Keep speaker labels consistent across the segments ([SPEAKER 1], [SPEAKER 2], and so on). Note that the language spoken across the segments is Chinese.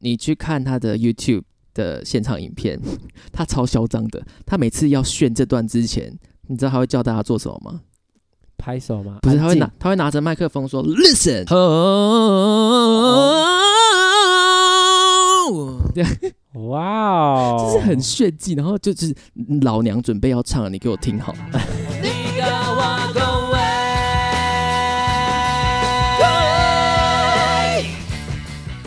[SPEAKER 1] 你去看他的 YouTube 的现场影片， 他超嚣张的。他每次要炫这段之前，你知道他会叫大家做什么吗？
[SPEAKER 2] 拍手吗？
[SPEAKER 1] 不是，
[SPEAKER 2] 安
[SPEAKER 1] 他会
[SPEAKER 2] 静
[SPEAKER 1] 拿他会拿着麦克风说 “Listen”，这样
[SPEAKER 2] 哇哦，
[SPEAKER 1] 就是很炫技，然后就是老娘准备要唱了，你给我听好。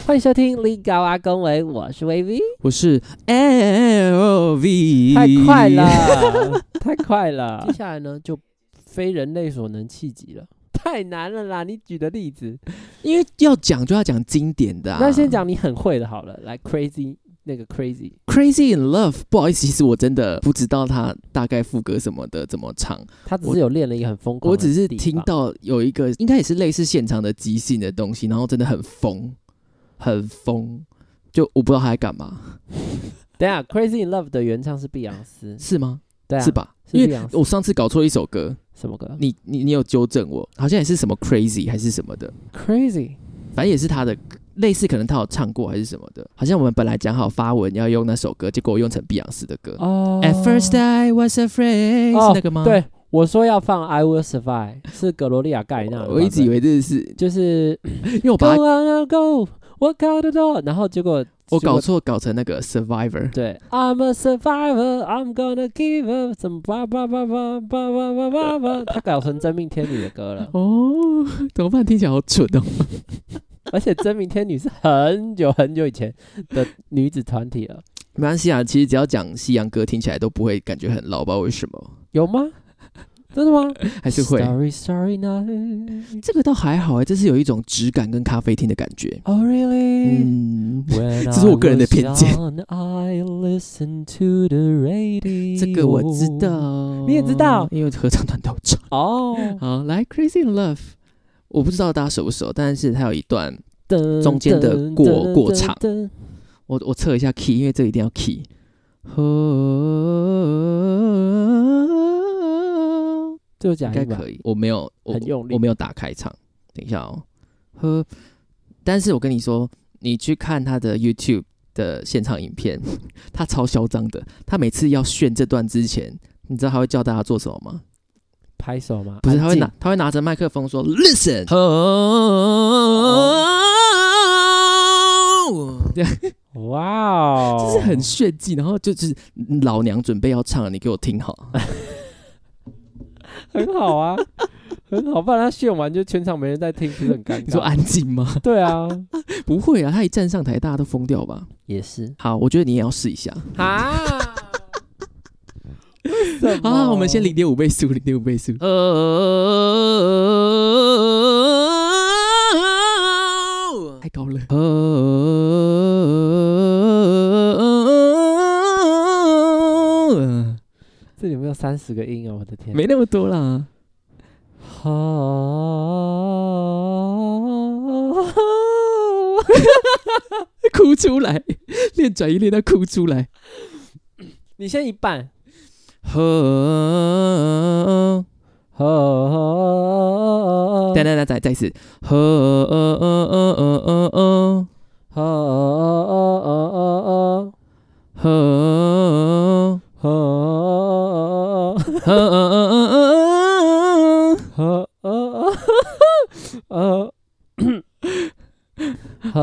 [SPEAKER 2] 欢迎收听《立高阿公维》，我是 VV，
[SPEAKER 1] 我是 L V，
[SPEAKER 2] 太 快。了，太快了。接下来呢，就非人类所能企及了，太难了啦！你举的例子，
[SPEAKER 1] 因为要讲就要讲经典的、啊。
[SPEAKER 2] 那先讲你很会的好了，来 Crazy 那个 Crazy，
[SPEAKER 1] Crazy in Love，不好意思，其实我真的不知道他大概副歌什么的怎么唱，
[SPEAKER 2] 他只
[SPEAKER 1] 我
[SPEAKER 2] 是有练了一个很疯狂，
[SPEAKER 1] 我只是听，到有一个应该也是类似现场的即兴的东西，然后真的很疯，很疯，就我不知道他在干嘛，
[SPEAKER 2] 等一下 Crazy in Love 的原唱是碧昂斯，
[SPEAKER 1] 是吗？
[SPEAKER 2] 对啊，
[SPEAKER 1] 是？吧？
[SPEAKER 2] 是
[SPEAKER 1] 因
[SPEAKER 2] 碧
[SPEAKER 1] 为
[SPEAKER 2] 昂斯
[SPEAKER 1] 我上次搞错一首歌，
[SPEAKER 2] 什么歌
[SPEAKER 1] 你你你有纠正我，好像也是什么 Crazy 还是什么的，
[SPEAKER 2] ？Crazy
[SPEAKER 1] 反正也是他的类似，可能他有唱过还是什么的，好像我们本来讲好发文要用那首歌，结果我用成碧昂斯的歌。
[SPEAKER 2] 哦
[SPEAKER 1] At first I was afraid，、
[SPEAKER 2] 哦
[SPEAKER 1] 是那个吗？
[SPEAKER 2] 对，我说要放 I Will Survive，是格罗利亚盖纳的
[SPEAKER 1] 我一直以
[SPEAKER 2] 为
[SPEAKER 1] 为这是
[SPEAKER 2] 就是
[SPEAKER 1] 因为我
[SPEAKER 2] Go
[SPEAKER 1] 把它
[SPEAKER 2] on go，我 got it all，然后结果
[SPEAKER 1] 我
[SPEAKER 2] 结果
[SPEAKER 1] 搞错，搞成那个 Survivor。，
[SPEAKER 2] 对，I'm a survivor, I'm gonna give up some blah blah blah blah blah blah blah blah，他 搞成真命天女的歌了
[SPEAKER 1] 哦，怎么办？听起来好蠢哦。
[SPEAKER 2] 而且真命天女是很久很久以前的女子团体了，
[SPEAKER 1] 没关系啊，其实只要讲西洋歌，听起来都不会感觉很老，不知道为什么，
[SPEAKER 2] 有吗？真的吗？
[SPEAKER 1] 还是会。
[SPEAKER 2] Starry Starry Night,
[SPEAKER 1] 这个倒还好哎、这是有一种质感跟咖啡厅的感觉。
[SPEAKER 2] oh really？
[SPEAKER 1] 嗯，
[SPEAKER 2] 这
[SPEAKER 1] 这是我个人的偏见。
[SPEAKER 2] I listen to the radio，
[SPEAKER 1] 嗯这个我知道，
[SPEAKER 2] 你也知道
[SPEAKER 1] 因为合唱团都有 唱。
[SPEAKER 2] 哦。
[SPEAKER 1] 好，来 Crazy in Love，我不知道大家熟不熟，但是它有一段，中间的过过场我我测一下 key，因为这一定要 key。
[SPEAKER 2] 就讲
[SPEAKER 1] 应
[SPEAKER 2] 一
[SPEAKER 1] 该
[SPEAKER 2] 吧
[SPEAKER 1] 可以，我没有，我
[SPEAKER 2] 很用力
[SPEAKER 1] 我没有打开唱，等一下哦。呵，但是我跟你说，你去看他的 YouTube 的现场影片，他超嚣张的。他每次要炫这段之前，你知道他会叫大家做什么吗？
[SPEAKER 2] 拍手吗？
[SPEAKER 1] 不是，
[SPEAKER 2] 安
[SPEAKER 1] 他会
[SPEAKER 2] 静
[SPEAKER 1] 拿他会拿着麦克风说 “Listen”，这样
[SPEAKER 2] 哇哦，
[SPEAKER 1] 啊就是很炫技，然后就是老娘准备要唱了，你给我听好。
[SPEAKER 2] 很好啊，很好，不然他炫完就全场没人在听，不是很尴
[SPEAKER 1] 你说
[SPEAKER 2] 尬？
[SPEAKER 1] 安静吗？
[SPEAKER 2] 对啊，
[SPEAKER 1] 不会啊，他一站上台，大家都疯掉吧？
[SPEAKER 2] 也是
[SPEAKER 1] 好，我觉 得你也要试一下。
[SPEAKER 2] 啊。为什么
[SPEAKER 1] 啊，我们先零点五倍速，零点五倍速。太高了。
[SPEAKER 2] 这里有没有三十个音啊？我的天，
[SPEAKER 1] 没那么多啦。
[SPEAKER 2] 好，
[SPEAKER 1] 哭出来，练转移练到哭出来。
[SPEAKER 2] 你先一半，
[SPEAKER 1] 等等等，再再一次。
[SPEAKER 2] 呵呃呃呃呃呃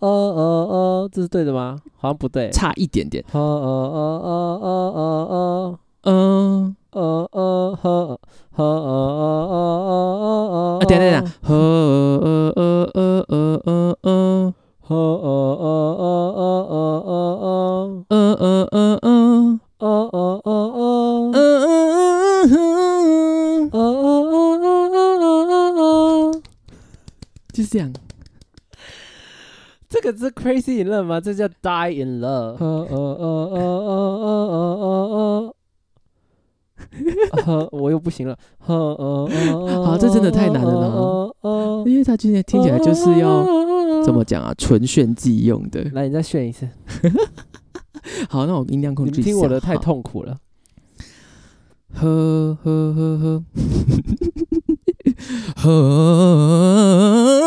[SPEAKER 2] 呃呃，这是对的吗？好像不对。
[SPEAKER 1] 差一点点。
[SPEAKER 2] 呵呃呃呃呃
[SPEAKER 1] 嗯，
[SPEAKER 2] 呃呃呃呵呵呃呃呃呃呃
[SPEAKER 1] 啊，等一下等等，呵呃呃呃呃呃呃
[SPEAKER 2] 呵呃呃呃呃呃呃
[SPEAKER 1] 呃呃呃呃
[SPEAKER 2] 呃呃呃呃
[SPEAKER 1] 呃，
[SPEAKER 2] 呃呃呃，
[SPEAKER 1] 就是这样。
[SPEAKER 2] 这个是 crazy in love 吗？这叫 die in love。呃呃呃呃呃呃呃呃，我又不行了。呃呃呃，
[SPEAKER 1] 因为它今天听起来就是要怎么？讲啊，纯炫技用的。
[SPEAKER 2] 来，你再炫一次。
[SPEAKER 1] 好，那我音量控
[SPEAKER 2] 你
[SPEAKER 1] 制一下。
[SPEAKER 2] 听我的太。痛苦了。
[SPEAKER 1] 呵呵呵呵， 呵。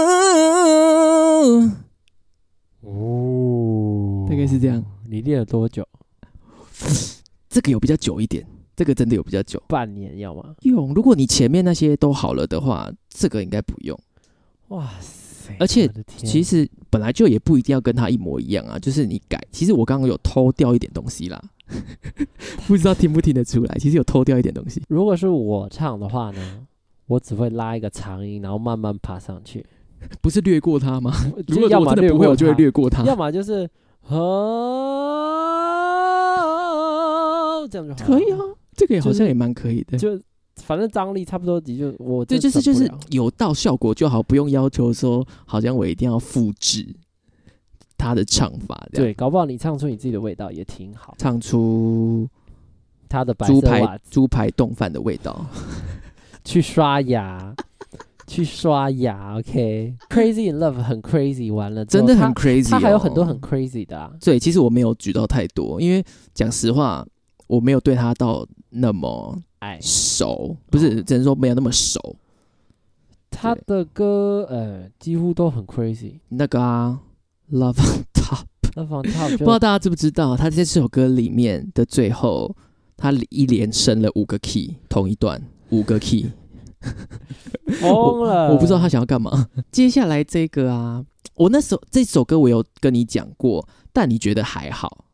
[SPEAKER 1] 大概是这样。
[SPEAKER 2] 你练了多久？
[SPEAKER 1] 这个有比较久一点，这个真的有比较久。
[SPEAKER 2] 半年要吗？
[SPEAKER 1] 用，如果你前面那些都好了的话，这个应该不用。
[SPEAKER 2] 哇塞！
[SPEAKER 1] 而且
[SPEAKER 2] 我的天
[SPEAKER 1] 其实本来就也不一定要跟他一模一样啊，就是你改。其实我刚刚有偷掉一点东西啦， 不知道听不听得出来。其实有偷掉一点东西，
[SPEAKER 2] 如果是我唱的话呢，我只会拉一个长音，然后慢慢爬上 去。
[SPEAKER 1] 不是略过他吗？如
[SPEAKER 2] 就
[SPEAKER 1] 果
[SPEAKER 2] 要
[SPEAKER 1] 我
[SPEAKER 2] 么
[SPEAKER 1] 真的不会，
[SPEAKER 2] 过
[SPEAKER 1] 我就会
[SPEAKER 2] 它，
[SPEAKER 1] 略过他。
[SPEAKER 2] 要么就是哦，这样就好了
[SPEAKER 1] 可以啊，，这个也好
[SPEAKER 2] 就
[SPEAKER 1] 像
[SPEAKER 2] 是
[SPEAKER 1] 也蛮可以的。
[SPEAKER 2] 就反正张力差不多，也就我
[SPEAKER 1] 对，就是就
[SPEAKER 2] 整不
[SPEAKER 1] 是
[SPEAKER 2] 了
[SPEAKER 1] 有到效果就好，不用要求说好像我一定要复制他的唱法，这样
[SPEAKER 2] 对，搞不好你唱出你自己的味道也挺好。
[SPEAKER 1] 唱出
[SPEAKER 2] 他的白
[SPEAKER 1] 猪
[SPEAKER 2] 色
[SPEAKER 1] 排
[SPEAKER 2] 袜子
[SPEAKER 1] 猪排冻饭的味道。
[SPEAKER 2] 去刷 牙，去刷牙，OK，Crazy、in Love 很 crazy，完了之
[SPEAKER 1] 真
[SPEAKER 2] 后
[SPEAKER 1] 的很
[SPEAKER 2] 他
[SPEAKER 1] crazy，、哦、
[SPEAKER 2] 他还有很多很 crazy 的啊。
[SPEAKER 1] 对。其实我没有举到太多，因为讲实话，我没有对他到那么
[SPEAKER 2] 哎，
[SPEAKER 1] 熟，不是，只能说没有那么熟。
[SPEAKER 2] 他的歌呃几乎都很 crazy。
[SPEAKER 1] 那个啊，Love on Top，
[SPEAKER 2] 那房他
[SPEAKER 1] 不
[SPEAKER 2] 就
[SPEAKER 1] 知道大家知不知道，他在这首歌里面的最后，他一连升了五个 key，同一段五个 key。
[SPEAKER 2] 疯了
[SPEAKER 1] 我不知道他想要干嘛。接下来这个啊，我那时候这首歌我有跟你讲过，但你觉得还好，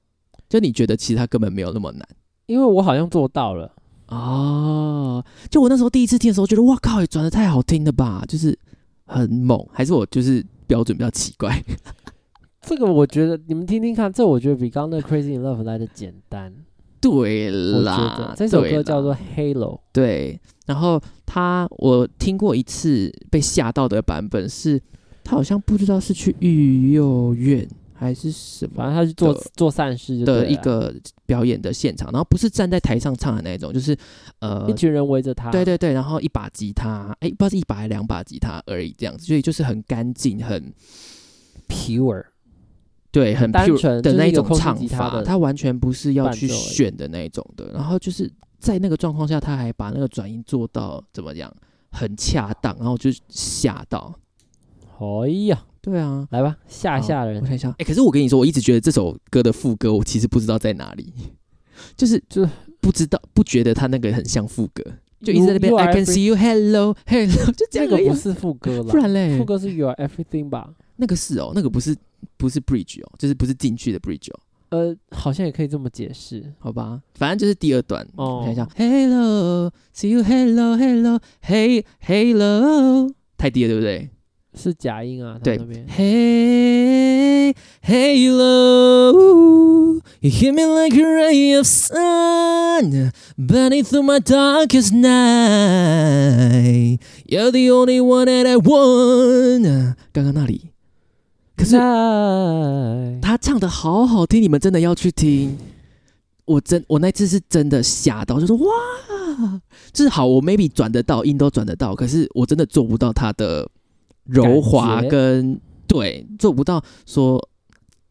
[SPEAKER 1] 就你觉得其实它根本没有那么难
[SPEAKER 2] 因为我好像做到了，
[SPEAKER 1] 哦。就我那时候第一次听的时候，觉得哇靠，也转的太好听了吧，就是很猛，还是我就是标准比较奇怪。
[SPEAKER 2] 这个我觉得你们听听看，这我觉得比刚刚那 Crazy in Love 来的简单。
[SPEAKER 1] 对
[SPEAKER 2] 我觉
[SPEAKER 1] 啦
[SPEAKER 2] 得，这首
[SPEAKER 1] 对啦
[SPEAKER 2] 歌叫做 Halo，
[SPEAKER 1] 对。然后他我听过一次被吓到的版本是，他好像不知道是去育幼院还是什么
[SPEAKER 2] 反正他去做
[SPEAKER 1] 的
[SPEAKER 2] 做善事就对
[SPEAKER 1] 的
[SPEAKER 2] 了
[SPEAKER 1] 一个表演的现场，然后不是站在台上唱的那一种，就是呃
[SPEAKER 2] 一，群人围着他，
[SPEAKER 1] 对对对，然后一把吉他，哎，不知道是一把还是两把吉他而已，这样子，所以就是很干净，很
[SPEAKER 2] ，pure，
[SPEAKER 1] 对，很
[SPEAKER 2] 单
[SPEAKER 1] pure
[SPEAKER 2] 纯
[SPEAKER 1] 的
[SPEAKER 2] 就是
[SPEAKER 1] 那
[SPEAKER 2] 一个
[SPEAKER 1] 种
[SPEAKER 2] 空气
[SPEAKER 1] 唱
[SPEAKER 2] 吉他
[SPEAKER 1] 法，
[SPEAKER 2] 的
[SPEAKER 1] 他完全不是要
[SPEAKER 2] 伴
[SPEAKER 1] 去
[SPEAKER 2] 奏而已
[SPEAKER 1] 选的那一种的，然后就是在那个状况下，他还把那个转音做到怎么讲，很恰当，然后我就吓到，
[SPEAKER 2] 哎呀，
[SPEAKER 1] 对啊。
[SPEAKER 2] 来吧，吓吓
[SPEAKER 1] 好我
[SPEAKER 2] 人，
[SPEAKER 1] 想一下，哎、可是我跟你说，我一直觉得这首歌的副歌，我其实不知道在哪里， 就是
[SPEAKER 2] 就是
[SPEAKER 1] 不知道，不觉得他那个很像副歌，就一直在那边
[SPEAKER 2] You- you
[SPEAKER 1] I
[SPEAKER 2] are
[SPEAKER 1] can see you hello hello，就这
[SPEAKER 2] 那
[SPEAKER 1] 样
[SPEAKER 2] 个
[SPEAKER 1] 而已
[SPEAKER 2] 不
[SPEAKER 1] 啊。
[SPEAKER 2] 是副歌
[SPEAKER 1] 不
[SPEAKER 2] 啦，
[SPEAKER 1] 然嘞
[SPEAKER 2] 副，歌是 You are everything 吧？
[SPEAKER 1] 那个是哦，那个不是不是 bridge 哦，就是不是进去的 bridge 哦，
[SPEAKER 2] 呃，好像也可以这么解释。
[SPEAKER 1] 好吧，反正就是第二段。
[SPEAKER 2] 哦
[SPEAKER 1] 我想一下，hello see you hello hello hey hello，太低了，对不对？
[SPEAKER 2] 是假音啊，他
[SPEAKER 1] 对
[SPEAKER 2] 那边
[SPEAKER 1] ，Hey hello, you hit me like a ray of sun, burning through my darkest night. You're the only one that I want. 刚刚那里，可是
[SPEAKER 2] 是
[SPEAKER 1] 他唱的好好听，你们真的要去听。我真，我那次是真的吓到，就说哇，就是好，我 maybe 转得到音都转得到，可是我真的做不到它的柔滑
[SPEAKER 2] 感觉
[SPEAKER 1] 跟对，做不到说。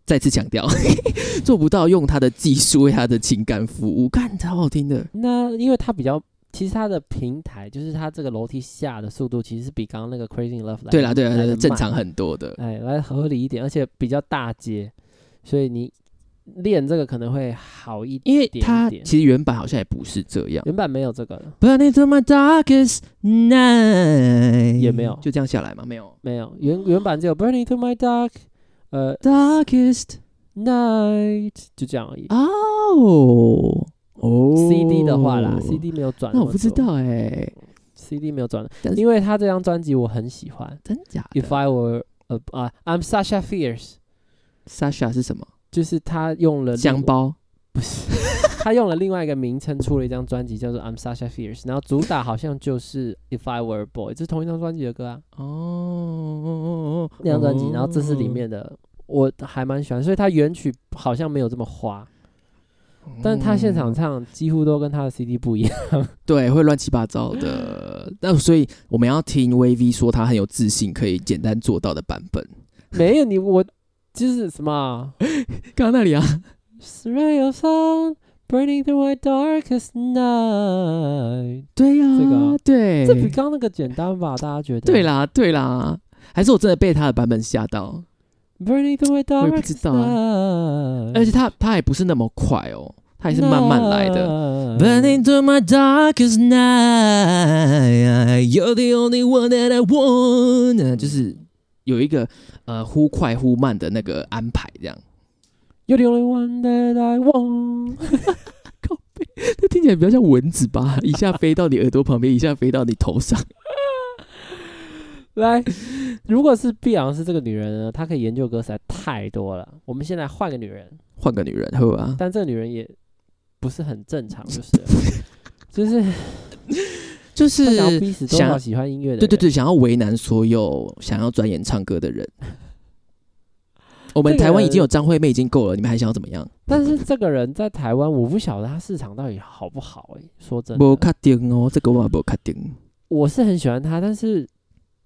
[SPEAKER 1] 再次强调， 做不到用他的技术为他的情感服务，干超好听的。
[SPEAKER 2] 那因为它比较，其实它的平台就是它这个楼梯下的速度，其实是比刚刚那个 Crazy in Love 来
[SPEAKER 1] 对啦，对啦，
[SPEAKER 2] 来
[SPEAKER 1] 对
[SPEAKER 2] 得
[SPEAKER 1] 啦，
[SPEAKER 2] 慢
[SPEAKER 1] 正常很多的。
[SPEAKER 2] 哎来得合理一点，而且比较大街，所以你练这个可能会好一点。
[SPEAKER 1] 因为
[SPEAKER 2] 点
[SPEAKER 1] 他
[SPEAKER 2] 点
[SPEAKER 1] 其实原版好像也不是这样
[SPEAKER 2] 原版没有这个的，
[SPEAKER 1] ，Burning through my darkest night
[SPEAKER 2] 也没有
[SPEAKER 1] 就这样下来吗？没有。
[SPEAKER 2] 没有原原版只有 Burning to my dark，呃
[SPEAKER 1] Darkest
[SPEAKER 2] night 就这样而已。
[SPEAKER 1] 哦哦
[SPEAKER 2] CD 的话啦，CD 没有转
[SPEAKER 1] 那
[SPEAKER 2] 么多，
[SPEAKER 1] 我不知道哎、
[SPEAKER 2] CD 没有转
[SPEAKER 1] 但，是
[SPEAKER 2] 因为他这张专辑我很喜欢。
[SPEAKER 1] 真假的
[SPEAKER 2] If I were 呃啊，I'm Sasha Fierce，
[SPEAKER 1] ？Sasha 是什么？
[SPEAKER 2] 就是他用了另
[SPEAKER 1] 香，包
[SPEAKER 2] 不是， 他用了另外一个名称出了一张专辑叫做 I'm Sasha Fierce，然后主打好像就是 If I Were a Boy，这是同一张专辑的歌啊，嗯
[SPEAKER 1] 哦，
[SPEAKER 2] 那张专辑，然后这是里，面的。我还蛮喜欢，所以他原曲好像没有这么花，但是他现场
[SPEAKER 1] 嗯
[SPEAKER 2] 唱几乎都跟他的 CD 不一样。
[SPEAKER 1] 对会乱七八糟的。那所以我们要听 VV 说他很有自信，可以简单做到的版本。
[SPEAKER 2] 没有你，我就是什么啊
[SPEAKER 1] 刚刚那里啊，
[SPEAKER 2] s r a y of Sound burning through my darkest night。
[SPEAKER 1] 对呀、
[SPEAKER 2] 这个啊
[SPEAKER 1] 对，
[SPEAKER 2] 这比刚刚那个简单吧？大家觉得？
[SPEAKER 1] 对，啦，对啦，还是我真的被他的版本吓到。
[SPEAKER 2] Burning the way dark
[SPEAKER 1] 我也不知道而且他他还不是那么快哦，他
[SPEAKER 2] 还
[SPEAKER 1] 也是慢慢来的。
[SPEAKER 2] 的
[SPEAKER 1] Burning to my darkest night, you're the only one that I want 呃。就是有一个呃忽快忽慢的那个安排，这样
[SPEAKER 2] You're the only one that I want 。
[SPEAKER 1] 这听起来比较像蚊子吧？ 一下飞到你耳朵旁边，一下飞到你头上。
[SPEAKER 2] 来，如果是碧昂斯这个女人呢，她可以研究歌实在太多了。我们先来换个女人，
[SPEAKER 1] 换个女人，好吧？
[SPEAKER 2] 但这个女人也不是很正常，就 是了就是
[SPEAKER 1] 就
[SPEAKER 2] 她想要
[SPEAKER 1] 是
[SPEAKER 2] 逼死多
[SPEAKER 1] 想
[SPEAKER 2] 少喜欢音乐的人。
[SPEAKER 1] 对对对，想要为难所有想要钻研唱歌的人。我们
[SPEAKER 2] 这个
[SPEAKER 1] 台湾已经有张惠妹已经够了，你们还想要怎么样？
[SPEAKER 2] 但是这个人在台湾，我不晓得他市场到底好不好哎、说真
[SPEAKER 1] 不
[SPEAKER 2] 的，
[SPEAKER 1] 确定哦，这个我也不确定。
[SPEAKER 2] 我是很喜欢他，但是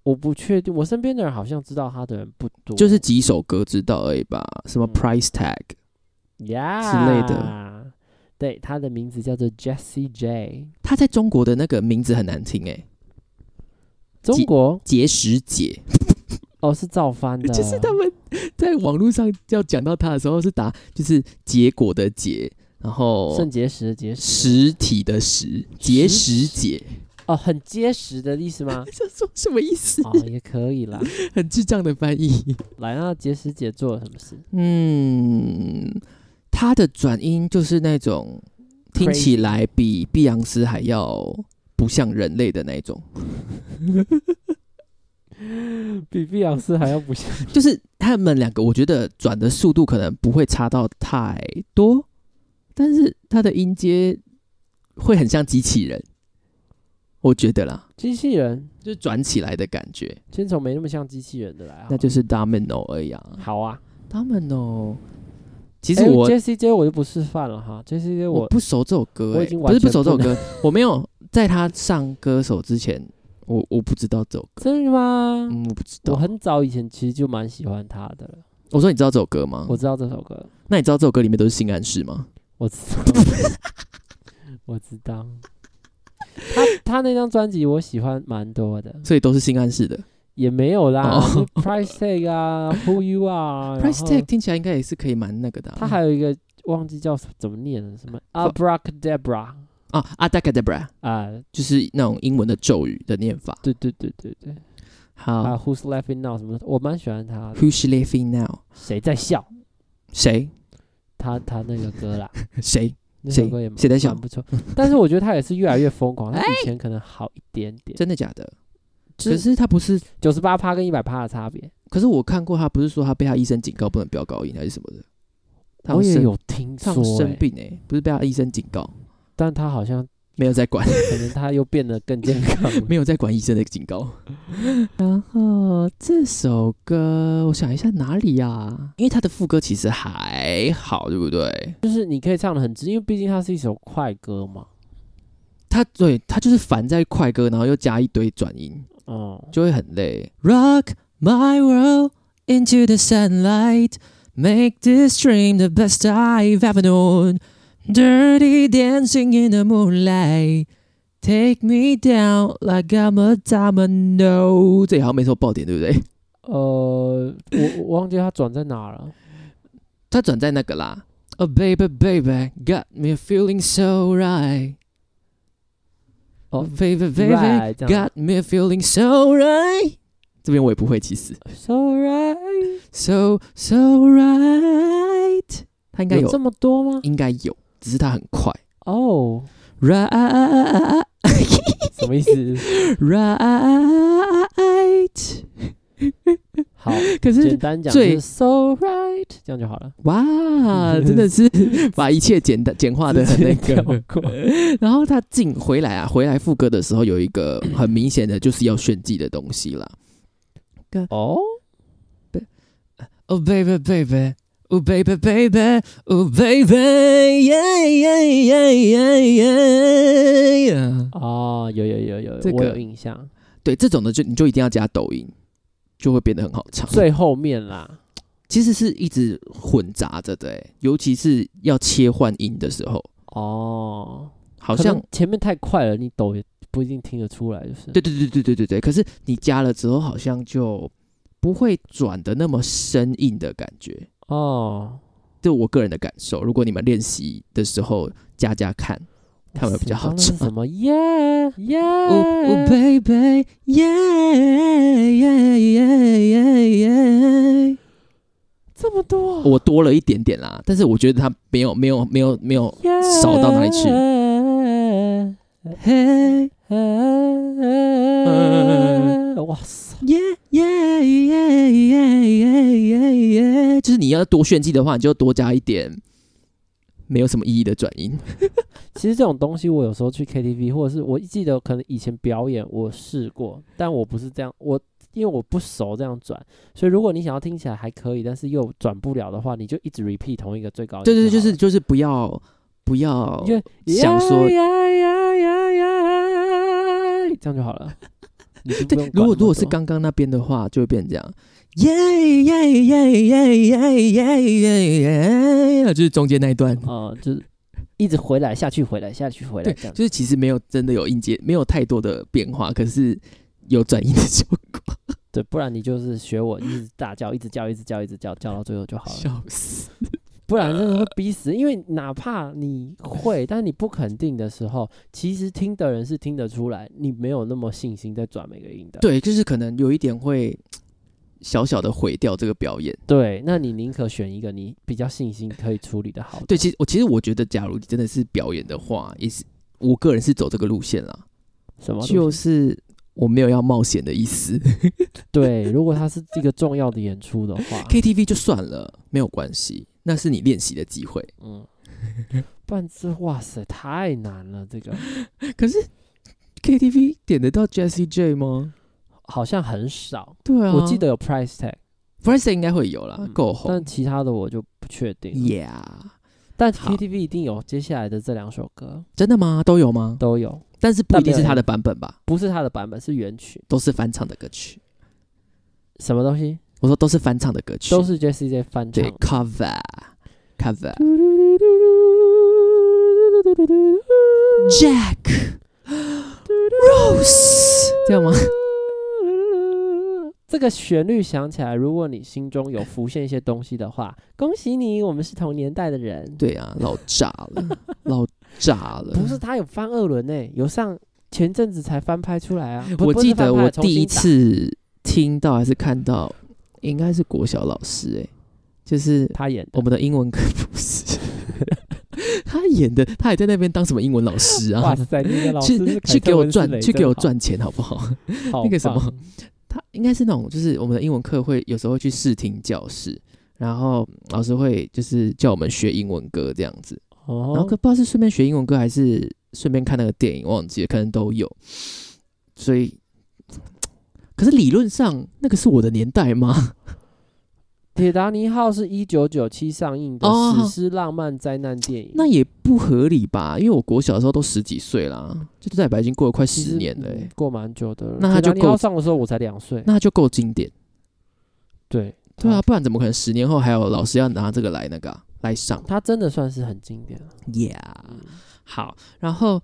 [SPEAKER 2] 我不确定，我身边的人好像知道他的人不多，
[SPEAKER 1] 就是几首歌知道而已吧，什么
[SPEAKER 2] 嗯
[SPEAKER 1] price tag，
[SPEAKER 2] 呀
[SPEAKER 1] 之类
[SPEAKER 2] 的。对，他的名字叫做 Jesse J。
[SPEAKER 1] 他在中国的那个名字很难听哎、
[SPEAKER 2] 中国
[SPEAKER 1] 结石姐，
[SPEAKER 2] 哦是造翻的，
[SPEAKER 1] 就是他们在网络上要讲到他的时候是打就是结果的结，然后
[SPEAKER 2] 肾哦结石的结石
[SPEAKER 1] 实体的实，结石姐，
[SPEAKER 2] 哦，很结实的意思
[SPEAKER 1] ？
[SPEAKER 2] 吗
[SPEAKER 1] 这说什么意思？
[SPEAKER 2] 哦，也可以啦。
[SPEAKER 1] 很智障的翻译。
[SPEAKER 2] 来，那结石姐做了什么事？
[SPEAKER 1] 嗯，他的转音就是那种听起来比碧昂斯还要不像人类的那一种，
[SPEAKER 2] 比碧昂斯还要不像。
[SPEAKER 1] 就是他们两个，我觉得转的速度可能不会差到太多，但是他的音阶会很像机器人，我觉得啦，
[SPEAKER 2] 机器人，
[SPEAKER 1] 就是转起来的感觉，
[SPEAKER 2] 先从没那么像机器人的来好了。
[SPEAKER 1] 那就是 domino 而已啊
[SPEAKER 2] 好啊。
[SPEAKER 1] ，domino。其
[SPEAKER 2] 其
[SPEAKER 1] 实我
[SPEAKER 2] J C J 哎我就不示范了哈，J C J
[SPEAKER 1] 我
[SPEAKER 2] 我
[SPEAKER 1] 不熟这首歌、欸，
[SPEAKER 2] 我已经
[SPEAKER 1] 不
[SPEAKER 2] 完
[SPEAKER 1] 是
[SPEAKER 2] 全
[SPEAKER 1] 不熟这首歌，我没有在他上歌手之前，我我不知道这首歌，
[SPEAKER 2] 真的吗？
[SPEAKER 1] 嗯，我不知道。
[SPEAKER 2] 我
[SPEAKER 1] 我
[SPEAKER 2] 很早以前其实就蛮喜欢他的了，
[SPEAKER 1] 说你知道这首歌吗？
[SPEAKER 2] 我知道这首歌，
[SPEAKER 1] 那你知道这首歌里面都是性暗示吗？
[SPEAKER 2] 我知 道，我知道。他他那张专辑我喜欢蛮多的，
[SPEAKER 1] 所以都是性暗示的。
[SPEAKER 2] 也没有啦、
[SPEAKER 1] 哦
[SPEAKER 2] 就是 p r i c e tag 啊，Who You Are，然
[SPEAKER 1] Price
[SPEAKER 2] 后
[SPEAKER 1] tag 嗯听起来应该也是可以蛮那个的啊、
[SPEAKER 2] 他还有一个忘记叫什怎么念了，什么 Abracadabra
[SPEAKER 1] 啊啊 d a k a d a b r a
[SPEAKER 2] 啊，
[SPEAKER 1] 就是那种英文的咒语的念法。
[SPEAKER 2] 对对对对对，
[SPEAKER 1] 好、
[SPEAKER 2] 啊 Who's Laughing Now 什么的，我蛮喜欢他的。
[SPEAKER 1] w h o s living now？
[SPEAKER 2] 谁在笑？
[SPEAKER 1] 谁
[SPEAKER 2] 他他那个 歌啦，
[SPEAKER 1] 谁？
[SPEAKER 2] 那首
[SPEAKER 1] 谁
[SPEAKER 2] 歌也蛮
[SPEAKER 1] 谁在笑哎
[SPEAKER 2] 蛮不错，但是我觉得他也是越来越 疯狂，他以前可能好一点点，
[SPEAKER 1] 真的假的？
[SPEAKER 2] 就
[SPEAKER 1] 可是他不是，
[SPEAKER 2] 九十八趴跟一百趴的差别。
[SPEAKER 1] 可是我看过他，不是说他被他医生警告不能飙高音还是什么的？他
[SPEAKER 2] 我也
[SPEAKER 1] 生
[SPEAKER 2] 有听
[SPEAKER 1] 他好
[SPEAKER 2] 说、
[SPEAKER 1] 像生
[SPEAKER 2] 欸
[SPEAKER 1] 病哎、不是被他医生警告，
[SPEAKER 2] 但他好像
[SPEAKER 1] 没有在 管。
[SPEAKER 2] 可能他又变得更健康了。
[SPEAKER 1] 没有在管医生的警告。 然后这首歌，我想一下哪里啊呀、因为它的副歌其实还好，对不对？
[SPEAKER 2] 就是你可以唱的很直，因为毕竟它是一首快歌嘛。
[SPEAKER 1] 它对它就是烦在快歌，然后又加一堆转音，
[SPEAKER 2] 哦、
[SPEAKER 1] 就会很累。Rock my world into the sunlight, make this dream the best I've ever known. Dirty dancing in the moonlight. Take me down like I'm a domino。这里好像没什么爆点，对不对？
[SPEAKER 2] 呃，我我忘记他转在哪了。
[SPEAKER 1] 他转在那个啦。Oh baby baby got me feeling so right.
[SPEAKER 2] 哦
[SPEAKER 1] Oh baby baby
[SPEAKER 2] Right，这
[SPEAKER 1] got
[SPEAKER 2] 样
[SPEAKER 1] me feeling so right. 这边我也不会，其实。
[SPEAKER 2] So right，
[SPEAKER 1] So so right. 他应该有，
[SPEAKER 2] 有这么多吗？
[SPEAKER 1] 应该有，只是他很快。
[SPEAKER 2] 哦、
[SPEAKER 1] Right
[SPEAKER 2] 什么意思？
[SPEAKER 1] right.
[SPEAKER 2] 好，
[SPEAKER 1] 可
[SPEAKER 2] 简
[SPEAKER 1] 是
[SPEAKER 2] 单讲就
[SPEAKER 1] 最
[SPEAKER 2] 是 so right，这样就好了。
[SPEAKER 1] 哇， 真的是把一切简单简
[SPEAKER 2] 啊
[SPEAKER 1] 化的很那
[SPEAKER 2] 直接
[SPEAKER 1] 个
[SPEAKER 2] 跳。过
[SPEAKER 1] 然后他进回来啊，回来副歌的时候有一个很明显的就是要炫技的东西啦。
[SPEAKER 2] 哦，
[SPEAKER 1] Oh baby baby, oh baby baby, oh baby, yeah yeah yeah yeah yeah。
[SPEAKER 2] 哦，有有有有，有
[SPEAKER 1] 这
[SPEAKER 2] 我
[SPEAKER 1] 个
[SPEAKER 2] 有印象。
[SPEAKER 1] 对，这种的就你就一定要加抖音，就会变得很好唱。
[SPEAKER 2] 最后面啦，
[SPEAKER 1] 其实是一直混杂着的欸、尤其是要切换音的时候，
[SPEAKER 2] 哦，
[SPEAKER 1] 好
[SPEAKER 2] 可能
[SPEAKER 1] 像
[SPEAKER 2] 前面太快了，你抖也不一定听得出来，就是
[SPEAKER 1] 对对对对对对对。可是你加了之后，好像就不会转的那么生硬的感觉，
[SPEAKER 2] 哦，
[SPEAKER 1] 这我个人的感受。如果你们练习的时候加加看，看会比较好
[SPEAKER 2] 吃
[SPEAKER 1] 吃。
[SPEAKER 2] 什么耶耶？
[SPEAKER 1] 哦哦，baby，耶耶耶耶耶，
[SPEAKER 2] 这么多，
[SPEAKER 1] 我多了一点点啦，但是我觉得它没有没有没有没有，
[SPEAKER 2] 耶
[SPEAKER 1] 少到哪里去嘿，
[SPEAKER 2] 哇塞！
[SPEAKER 1] 耶耶耶耶耶耶耶，就是你要多炫技的话，你就多加一点没有什么意义的转音。
[SPEAKER 2] 其实这种东西，我有时候去 KTV，或者是我记得可能以前表演我试过，但我不是这样，我因为我不熟这样转，所以如果你想要听起来还可以，但是又转不了的话，你就一直 repeat 同一个最高音。
[SPEAKER 1] 对对，对就是，就是不要不要
[SPEAKER 2] 因为
[SPEAKER 1] 想说
[SPEAKER 2] 呀呀呀呀呀，这样就好了。你就不用
[SPEAKER 1] 对，如果
[SPEAKER 2] 管那么
[SPEAKER 1] 如果是
[SPEAKER 2] 多
[SPEAKER 1] 刚刚那边的话，就会变成这样，耶耶耶耶耶耶耶耶，就是中间那一段。
[SPEAKER 2] 呃，就是一直回来下去，回来下去，回来
[SPEAKER 1] 对
[SPEAKER 2] 这，样。
[SPEAKER 1] 就是其实没有真的有音阶，没有太多的变化，可是有转音的效果。
[SPEAKER 2] 对，不然你就是学我一直大叫，一直叫，一直叫，一直叫，叫到最后就好了。
[SPEAKER 1] 笑死！
[SPEAKER 2] 不然真的会逼死，因为哪怕你会，但你不肯定的时候，其实听的人是听得出来，你没有那么信心在转每个音的。
[SPEAKER 1] 对，就是可能有一点会小小的毁掉这个表演。
[SPEAKER 2] 对，那你宁可选一个你比较信心可以处理的好的。
[SPEAKER 1] 对，其实我其实我觉得，假如你真的是表演的话，也是我个人是走这个路线啦，
[SPEAKER 2] 什么东西
[SPEAKER 1] 就是我没有要冒险的意思。
[SPEAKER 2] 对，如果它是一个重要的演出的话，
[SPEAKER 1] KTV 就算了，没有关系，那是你练习的机会。
[SPEAKER 2] 嗯， 不然这哇塞太难了，这个
[SPEAKER 1] 可是 KTV 点得到 Jessie J 吗？
[SPEAKER 2] 好像很少。
[SPEAKER 1] 对啊，
[SPEAKER 2] 我记得有 price tag，
[SPEAKER 1] f r i s e 应该会有啦
[SPEAKER 2] 嗯，
[SPEAKER 1] 够红
[SPEAKER 2] 但。其他的我就不确定了。
[SPEAKER 1] Yeah，
[SPEAKER 2] 但
[SPEAKER 1] 好
[SPEAKER 2] KTV 一定有接下来的这两首歌
[SPEAKER 1] 真的吗？都有吗？
[SPEAKER 2] 都有，
[SPEAKER 1] 但是不一定是
[SPEAKER 2] 但没有
[SPEAKER 1] 他的版本吧，
[SPEAKER 2] 不是他的版本是原曲，
[SPEAKER 1] 都是翻唱的歌曲。
[SPEAKER 2] 什么东西
[SPEAKER 1] 我说都是翻唱的歌曲，
[SPEAKER 2] 都是 J C J 翻唱
[SPEAKER 1] 对
[SPEAKER 2] 的。
[SPEAKER 1] cover cover Jack Rose 这样吗？
[SPEAKER 2] 这个旋律响起来，如果你心中有浮现一些东西的话，恭喜你，我们是同年代的人。，
[SPEAKER 1] 对啊，老炸 了，老炸了。
[SPEAKER 2] 不是他有翻二轮呢、欸有上前阵子才翻拍出 来啊。不
[SPEAKER 1] 我
[SPEAKER 2] 不是
[SPEAKER 1] 记得
[SPEAKER 2] 翻拍
[SPEAKER 1] 我
[SPEAKER 2] 重新
[SPEAKER 1] 第一
[SPEAKER 2] 打
[SPEAKER 1] 次听到还是看到，应该是国小老师哎、就是
[SPEAKER 2] 他演的
[SPEAKER 1] 我们的英文科不 是他演的，他还在那边当什么英文老师
[SPEAKER 2] 哇
[SPEAKER 1] 啊？
[SPEAKER 2] 塞，那个老师
[SPEAKER 1] 去
[SPEAKER 2] 是
[SPEAKER 1] 去给我
[SPEAKER 2] 凯特温斯雷
[SPEAKER 1] 赚，去给我
[SPEAKER 2] 真好，
[SPEAKER 1] 赚钱好不好？
[SPEAKER 2] 好
[SPEAKER 1] 那个什么
[SPEAKER 2] 棒
[SPEAKER 1] 他应该是那种，就是我们的英文课会有时候会去试听教室，然后老师会就是叫我们学英文歌这样子，然后
[SPEAKER 2] 哦
[SPEAKER 1] 可，不知道是顺便学英文歌还是顺便看那个电影，忘记了，可能都有。所以，可是理论上那个是我的年代
[SPEAKER 2] 嗯
[SPEAKER 1] 吗？
[SPEAKER 2] 铁达尼号是一九九七上映的
[SPEAKER 1] 哦
[SPEAKER 2] 史诗浪漫灾难电影，
[SPEAKER 1] 那也不合理吧？因为我国小的时候都十几岁啦，就代表已经过了快
[SPEAKER 2] 其
[SPEAKER 1] 十
[SPEAKER 2] 实
[SPEAKER 1] 年了、
[SPEAKER 2] 嗯
[SPEAKER 1] 欸，
[SPEAKER 2] 过蛮久的了。
[SPEAKER 1] 那它就
[SPEAKER 2] 铁达尼号
[SPEAKER 1] 够
[SPEAKER 2] 上的时候我才两岁，
[SPEAKER 1] 那就够经典。
[SPEAKER 2] 对
[SPEAKER 1] 对啊，，不然怎么可能十年后还有老师要拿这个来那个啊、来上
[SPEAKER 2] 它真的算是很经典了。
[SPEAKER 1] ？Yeah，好，然后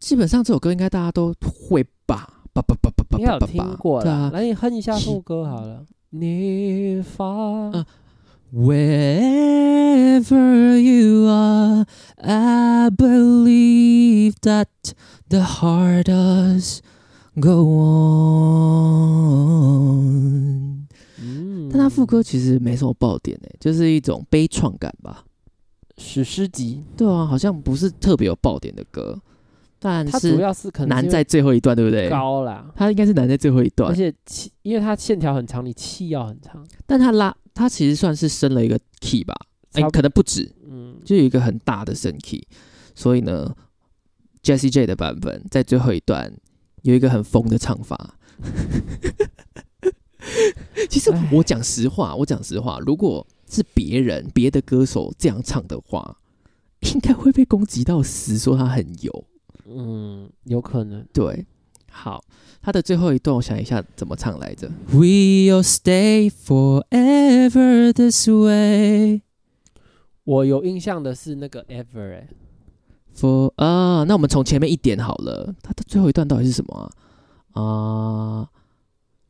[SPEAKER 1] 基本上这首歌应该大家都会吧？吧吧吧吧吧
[SPEAKER 2] 应该有
[SPEAKER 1] 吧吧
[SPEAKER 2] 听
[SPEAKER 1] 吧，
[SPEAKER 2] 过
[SPEAKER 1] 对
[SPEAKER 2] 了，
[SPEAKER 1] 啊，
[SPEAKER 2] 来你哼一下副歌好了。你发
[SPEAKER 1] 嗯 Wherever you are, I believe that the heart does go on。
[SPEAKER 2] 嗯
[SPEAKER 1] 但他副歌其实没什么爆点诶、欸就是一种悲怆感吧。
[SPEAKER 2] 史诗级，
[SPEAKER 1] 对啊，好像不是特别有爆点的歌，但
[SPEAKER 2] 它主
[SPEAKER 1] 是
[SPEAKER 2] 要是可能是
[SPEAKER 1] 难
[SPEAKER 2] 因
[SPEAKER 1] 在
[SPEAKER 2] 为
[SPEAKER 1] 最后一段，对不对？
[SPEAKER 2] 高啦，
[SPEAKER 1] 他应该是难在最后一
[SPEAKER 2] 而
[SPEAKER 1] 段，
[SPEAKER 2] 且气，因为它线条很长，你气要很长。
[SPEAKER 1] 但他拉他其实算是升了一个 key 吧，哎、
[SPEAKER 2] 差不
[SPEAKER 1] 可能不止，
[SPEAKER 2] 嗯，
[SPEAKER 1] 就有一个很大的升 key，所以呢，Jessie J 的版本在最后一段有一个很疯的唱法。 其实
[SPEAKER 2] 唉
[SPEAKER 1] 我讲实话，我讲实话，如果是别人别的歌手这样唱的话，应该会被攻击到死，说他很油。
[SPEAKER 2] 嗯，有可能。
[SPEAKER 1] 对，好，他的最后一段，我想一下怎么唱来着。We'll stay forever this way。
[SPEAKER 2] 我有印象的是那个 Ever，哎，
[SPEAKER 1] For 啊，那我们从前面一点好了。它的最后一段到底是什么啊？啊、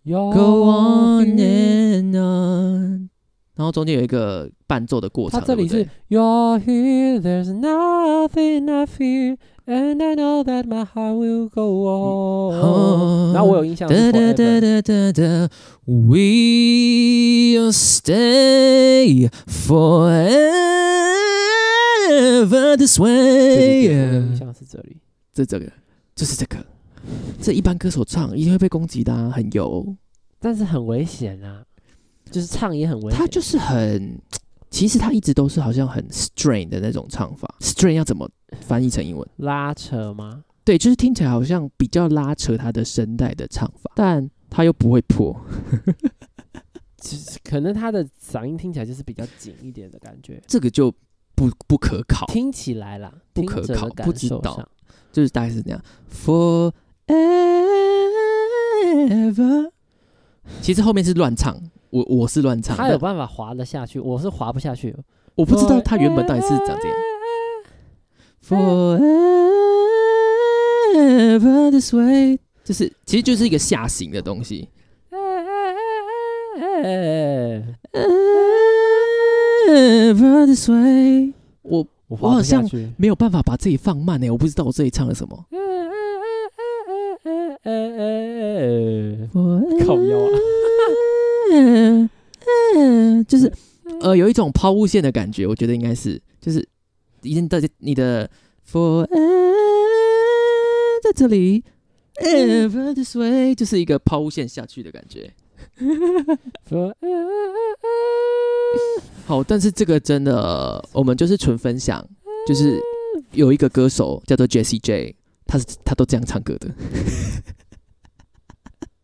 [SPEAKER 1] Go on and on，然后中间有一个伴奏的过
[SPEAKER 2] 他
[SPEAKER 1] 程，
[SPEAKER 2] 这里
[SPEAKER 1] 对
[SPEAKER 2] 是
[SPEAKER 1] 不
[SPEAKER 2] You're here, there's nothing I fear, and I know that my heart will go
[SPEAKER 1] 嗯
[SPEAKER 2] on。然后我有印象是
[SPEAKER 1] 对哒哒
[SPEAKER 2] Forever。
[SPEAKER 1] 哒哒哒哒，We'll stay forever this
[SPEAKER 2] 对对对我有
[SPEAKER 1] way
[SPEAKER 2] 印。象是这里。
[SPEAKER 1] 这这个就是这个，这一般歌手唱一定会被攻击的、啊，很油。
[SPEAKER 2] 但是很危险啊，就是唱也很危险。
[SPEAKER 1] 他就是很，其实他一直都是好像很 strain 的那种唱法。strain 要怎么翻译成英文？
[SPEAKER 2] 拉扯吗？
[SPEAKER 1] 对，就是听起来好像比较拉扯他的声带的唱法，但他又不会破。
[SPEAKER 2] 其实可能他的嗓音听起来就是比较紧一点的感觉，
[SPEAKER 1] 这个就不不可考，
[SPEAKER 2] 听起来啦，
[SPEAKER 1] 不可
[SPEAKER 2] 听者的
[SPEAKER 1] 靠
[SPEAKER 2] 感
[SPEAKER 1] 不知
[SPEAKER 2] 受
[SPEAKER 1] 道
[SPEAKER 2] 上
[SPEAKER 1] 就是大概是这样。Forever，其实后面是乱唱，我我是乱唱，
[SPEAKER 2] 他有
[SPEAKER 1] 但
[SPEAKER 2] 办法滑得下去，我是滑不下去。
[SPEAKER 1] 我不知道他原本到底是长这样。Forever this way，就是其实就是一个下行的东西。Ever this way，我
[SPEAKER 2] 我
[SPEAKER 1] 我
[SPEAKER 2] 滑
[SPEAKER 1] 好
[SPEAKER 2] 不下
[SPEAKER 1] 像
[SPEAKER 2] 去。
[SPEAKER 1] 没有办法把自己放慢欸呢、我不知道我这里唱了什么。
[SPEAKER 2] 靠腰啊
[SPEAKER 1] 就是
[SPEAKER 2] 嗯
[SPEAKER 1] 呃有一种抛物线的感觉，我觉得应该是就是已经到你的 for 在这里。Ever
[SPEAKER 2] 嗯
[SPEAKER 1] this way，就是一个抛物线下去的感觉。好，但是这个真的，我们就是纯分享，就是有一个歌手叫做 Jessie J，他是他都这样唱歌的。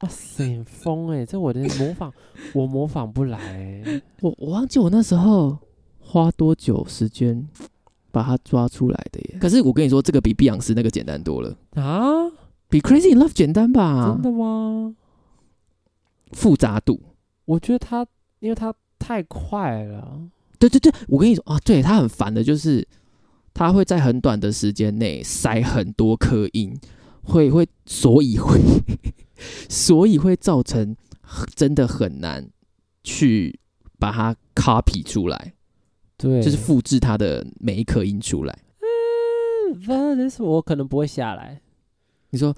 [SPEAKER 2] 哇塞，很疯哎、这我的模仿，我模仿不来、欸。
[SPEAKER 1] 我我忘记我那时候花多久时间把它抓出来的耶。可是我跟你说，这个比碧昂斯那个简单多了，
[SPEAKER 2] 啊，
[SPEAKER 1] 比 Crazy in Love 简单吧
[SPEAKER 2] 真？的吗？
[SPEAKER 1] 复杂度，
[SPEAKER 2] 我觉得他，因为他太快了，
[SPEAKER 1] 对对对，我跟你说啊，对他很烦的就是，他会在很短的时间内塞很多颗音，会会，所以会， 所以会造成 真的很难去把它 copy 出来，
[SPEAKER 2] 对，
[SPEAKER 1] 就是复制它的每一颗音出来。
[SPEAKER 2] 但嗯是我可能不会下来。
[SPEAKER 1] 你说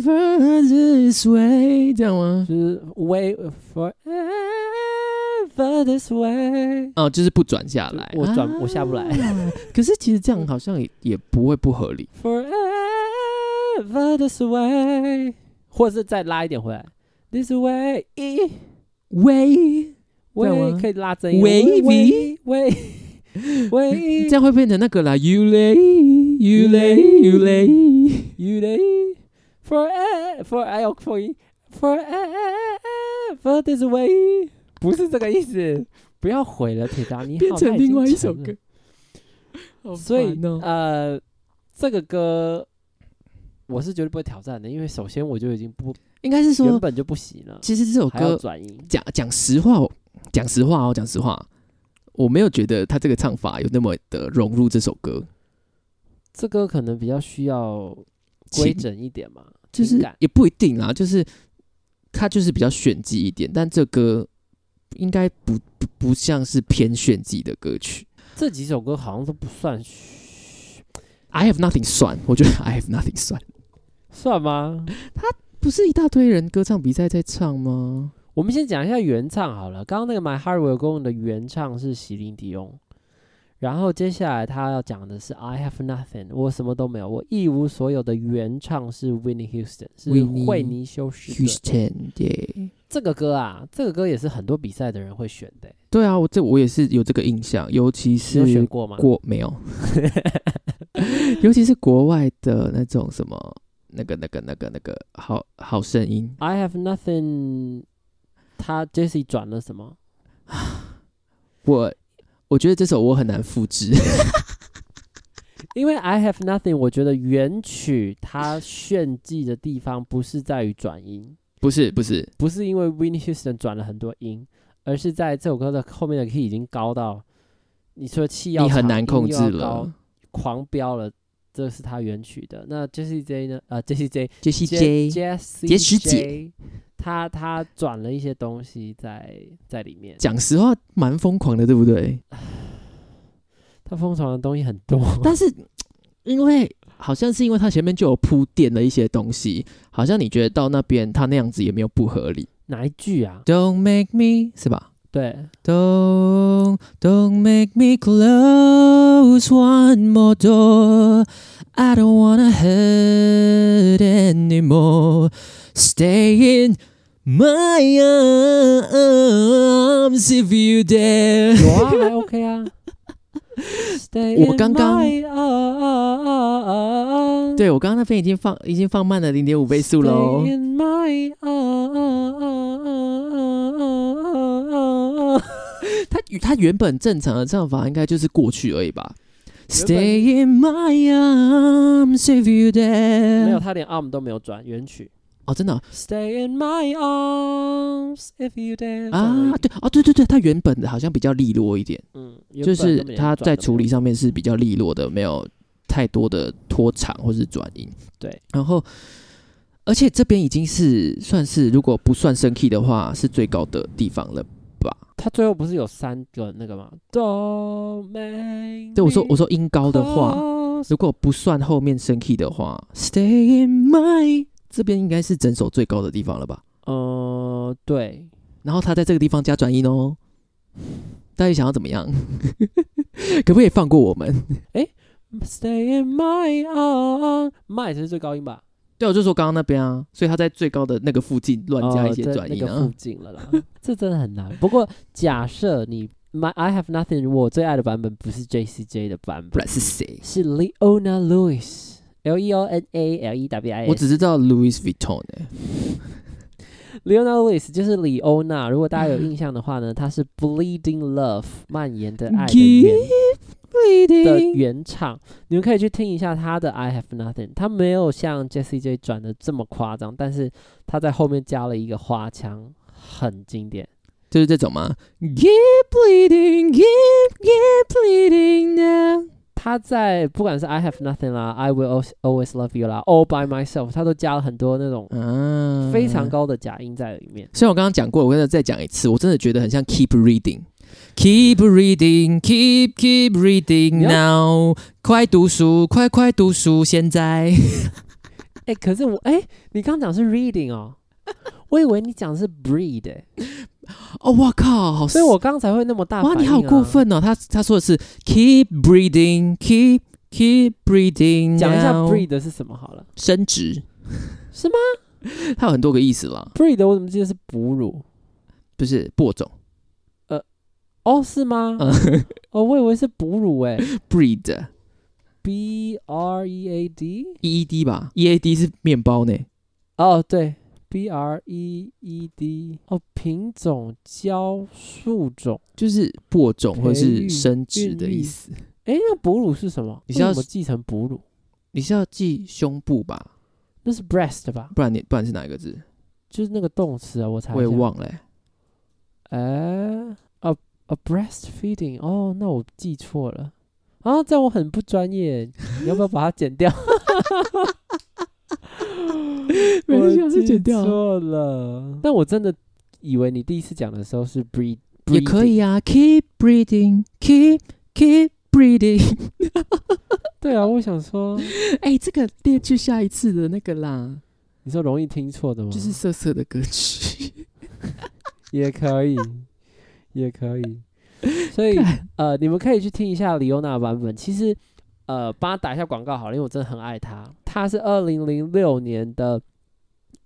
[SPEAKER 1] forever this way 这样吗？
[SPEAKER 2] 就是 way forever this way，
[SPEAKER 1] 哦，就是不转下来，
[SPEAKER 2] 我转
[SPEAKER 1] 啊
[SPEAKER 2] 我下不来。
[SPEAKER 1] 可是其实这样好像也也不会不合理。
[SPEAKER 2] forever this way，或者是再拉一点回来，this way，咦
[SPEAKER 1] 喂，这样吗
[SPEAKER 2] 喂，可以拉真一点
[SPEAKER 1] Wavy
[SPEAKER 2] 喂喂喂
[SPEAKER 1] 这样会变成那个啦，you lay 嗯 you lay you lay。
[SPEAKER 2] you day forever for I l for you forever this way，不是这个意思，不要毁了铁达尼号，
[SPEAKER 1] 变成
[SPEAKER 2] 它已经
[SPEAKER 1] 另外一首
[SPEAKER 2] 沉了
[SPEAKER 1] 歌。好
[SPEAKER 2] 所以、
[SPEAKER 1] 烦哦
[SPEAKER 2] 呃，这个歌我是绝对不会挑战的，因为首先我就已经不
[SPEAKER 1] 应该是
[SPEAKER 2] 原
[SPEAKER 1] 说，
[SPEAKER 2] 本就不行了，
[SPEAKER 1] 其实这首
[SPEAKER 2] 还要
[SPEAKER 1] 歌
[SPEAKER 2] 转音。
[SPEAKER 1] 讲讲实话，我讲实话哦，讲实话，我没有觉得他这个唱法有那么的融入这首歌，
[SPEAKER 2] 这歌可能比较需要
[SPEAKER 1] 情
[SPEAKER 2] 规整一点嘛，
[SPEAKER 1] 就
[SPEAKER 2] 情
[SPEAKER 1] 是
[SPEAKER 2] 感
[SPEAKER 1] 也不一定啦，就是他就是比较炫技一点，但这歌应该不不不像是偏炫技的歌曲。
[SPEAKER 2] 这几首歌好像都不算嘘
[SPEAKER 1] I have nothing 算，我觉得 I have nothing 算，
[SPEAKER 2] 算吗？
[SPEAKER 1] 不是一大堆人歌唱比赛在唱吗？
[SPEAKER 2] 我们先讲一下原唱好了，刚刚那个 My Heart Will Go On 的原唱是席琳迪翁。然后接下来他要讲的是 I Have Nothing，我什么都没有，我一无所有的原唱是 Winnie Houston，是
[SPEAKER 1] Whitney
[SPEAKER 2] 惠妮休斯顿。
[SPEAKER 1] Houston，对，
[SPEAKER 2] 这个歌啊，这个歌也是很多比赛的人会选的、
[SPEAKER 1] 对啊，我这我也是有这个印象，尤其
[SPEAKER 2] 你有选
[SPEAKER 1] 是
[SPEAKER 2] 过吗？
[SPEAKER 1] 国没有，尤其是国外的那种什么那个那个那个那个好好声音，
[SPEAKER 2] I have nothing，他 Jesse 转了什么？
[SPEAKER 1] 我我觉得这首我很难复制。
[SPEAKER 2] 因为 I have nothing，我觉得原曲它炫技的地方不是在于转音，
[SPEAKER 1] 不是不是，
[SPEAKER 2] 不是因为 Winnie Houston 转了很多音，而是在这首歌的后面的 key 已经高到，你说气要
[SPEAKER 1] 你很
[SPEAKER 2] 长
[SPEAKER 1] 难控
[SPEAKER 2] 音又要
[SPEAKER 1] 制
[SPEAKER 2] 高
[SPEAKER 1] 了。
[SPEAKER 2] 狂飙了，这是他原曲的。那 Jessie J 呢？呃，Jessie J
[SPEAKER 1] 杰西
[SPEAKER 2] J-
[SPEAKER 1] J杰
[SPEAKER 2] ，Jessie
[SPEAKER 1] 西
[SPEAKER 2] J，他他转了一些东西在在里面。
[SPEAKER 1] 讲实话蛮疯狂的，对不 对？
[SPEAKER 2] 他疯狂的东西很多，
[SPEAKER 1] 但是因为好像是因为他前面就有铺垫了一些东西，好像你觉得到那边他那样子也没有不合理。
[SPEAKER 2] 哪一句啊？
[SPEAKER 1] Don't make me 是吧
[SPEAKER 2] 对，
[SPEAKER 1] ？Don't don't make me close one more door. I don't wanna hurt anymore. Stay in my arms if you dare.
[SPEAKER 2] 有啊，还 OK 啊。Stay
[SPEAKER 1] 我
[SPEAKER 2] in
[SPEAKER 1] 刚刚
[SPEAKER 2] my arms
[SPEAKER 1] 对我刚刚那边已经放已经放慢了零点五倍速喽
[SPEAKER 2] Stay。in my arms
[SPEAKER 1] 他他原本正常的唱法应该就是过去而已吧。
[SPEAKER 2] 原本
[SPEAKER 1] Stay in my arms if you
[SPEAKER 2] 没有，
[SPEAKER 1] dare。
[SPEAKER 2] 他连 arm 都没有转，原曲。
[SPEAKER 1] 哦，真的哦
[SPEAKER 2] Stay in my arms if you dare
[SPEAKER 1] 啊，对，哦，对对对，他原本的好像比较利落一点，
[SPEAKER 2] 嗯，原
[SPEAKER 1] 就
[SPEAKER 2] 本
[SPEAKER 1] 是
[SPEAKER 2] 根本连
[SPEAKER 1] 他
[SPEAKER 2] 转
[SPEAKER 1] 在
[SPEAKER 2] 都
[SPEAKER 1] 处
[SPEAKER 2] 没有
[SPEAKER 1] 理上面是比较利落的，没有太多的拖长或是转音。
[SPEAKER 2] 对，
[SPEAKER 1] 然后而且这边已经是算是如果不算升 key 的话，是最高的地方了。
[SPEAKER 2] 他最后不是有三个那个吗？Don't make
[SPEAKER 1] 对我说，我说音高
[SPEAKER 2] 我
[SPEAKER 1] 的话，如果不算后面升 key 的话，Stay in my 这边应该是整首最高的地方了吧？
[SPEAKER 2] 呃，对，
[SPEAKER 1] 然后他在这个地方加转音哦，到底想要怎么样？ 可不可以放过我们？
[SPEAKER 2] Stay in my arms，my 才是最高音吧？
[SPEAKER 1] 对，我就说刚刚那边啊，所以他在最高的那个附近乱加一些
[SPEAKER 2] 哦在
[SPEAKER 1] 转音
[SPEAKER 2] 那个
[SPEAKER 1] 啊
[SPEAKER 2] 附。近了啦，这真的很难。不过假设你 My I Have Nothing，我最爱的版本不是 J C J 的版
[SPEAKER 1] 不
[SPEAKER 2] 本，
[SPEAKER 1] 然是谁？
[SPEAKER 2] 是 Leona Lewis。L E O N A L E W I
[SPEAKER 1] 我
[SPEAKER 2] S
[SPEAKER 1] 只知道 Louis Vuitton 哎、
[SPEAKER 2] Leona Lewis 就是李欧娜，如果大家有印象的话呢，她是《Bleeding Love》蔓延的爱的原
[SPEAKER 1] Give bleeding
[SPEAKER 2] 的原唱，你们可以去听一下他的《I Have Nothing》，他没有像 Jessie J 转的这么夸张，但是他在后面加了一个花腔，很经典。
[SPEAKER 1] 就是这种吗？Give bleeding, give give bleeding now。
[SPEAKER 2] 他在不管是《I Have Nothing》啦，《I Will Always- Always Love You》啦，《All By Myself》，他都加了很多那种
[SPEAKER 1] 啊，
[SPEAKER 2] 非常。高的假音在里面。
[SPEAKER 1] 虽然我刚刚讲过，我跟他再讲一次，我真的觉得很像 keep reading。Keep reading, keep keep reading
[SPEAKER 2] 你要
[SPEAKER 1] now，快读书，快快读书，现在。
[SPEAKER 2] 哎、可是我哎、你刚讲是 reading 哦，我以为你讲是 breed，、欸、
[SPEAKER 1] 哦，哇靠，好，
[SPEAKER 2] 所以我刚才会那么大、啊
[SPEAKER 1] 哇，你好过！分哦！他他说的是 keep breathing, keep keep breathing，
[SPEAKER 2] 讲一下
[SPEAKER 1] now
[SPEAKER 2] breed 是什么好了
[SPEAKER 1] 生殖
[SPEAKER 2] 是 吗
[SPEAKER 1] 它有很多个意思啦，
[SPEAKER 2] ？breed 我怎么记得是哺乳？
[SPEAKER 1] 不是播种
[SPEAKER 2] 哦，是吗？
[SPEAKER 1] 嗯
[SPEAKER 2] 哦，我以为是哺乳诶
[SPEAKER 1] breed
[SPEAKER 2] ，B R E A D。
[SPEAKER 1] E E D 吧，E A D 是面包呢。
[SPEAKER 2] 哦，对，B R E E D。哦，品种、交树种。
[SPEAKER 1] 就是播种或
[SPEAKER 2] 培
[SPEAKER 1] 是
[SPEAKER 2] 育
[SPEAKER 1] 生殖的意思，
[SPEAKER 2] 诶，那哺乳是什么？
[SPEAKER 1] 你是要
[SPEAKER 2] 为什么继承哺乳？
[SPEAKER 1] 你是要记胸部吧？
[SPEAKER 2] 那是 breast 吧？
[SPEAKER 1] 不然你不然是哪一个字？
[SPEAKER 2] 就是那个动词啊，我查一
[SPEAKER 1] 我也
[SPEAKER 2] 下。
[SPEAKER 1] 忘了欸、
[SPEAKER 2] 诶啊啊，breastfeeding。哦，那我记错了。啊，这样我很不 专业，你要不要把它剪掉？
[SPEAKER 1] 没
[SPEAKER 2] 我
[SPEAKER 1] 事下次
[SPEAKER 2] 记
[SPEAKER 1] 剪掉啊
[SPEAKER 2] 错了。但我真的以为你第一次讲的时候是 breed，
[SPEAKER 1] 也可。以啊。Keep breathing, keep keep breathing
[SPEAKER 2] 对啊，我想说，
[SPEAKER 1] 哎、这个列去下一次的那个啦，
[SPEAKER 2] 你说容易听错的吗？
[SPEAKER 1] 就是色色的歌曲。
[SPEAKER 2] 也可以，也可以。所以
[SPEAKER 1] 干
[SPEAKER 2] 呃，你们可以去听一下李欧娜的版本。其实呃，帮他打一下广告好了，因为我真的很爱他。他是二零零六年的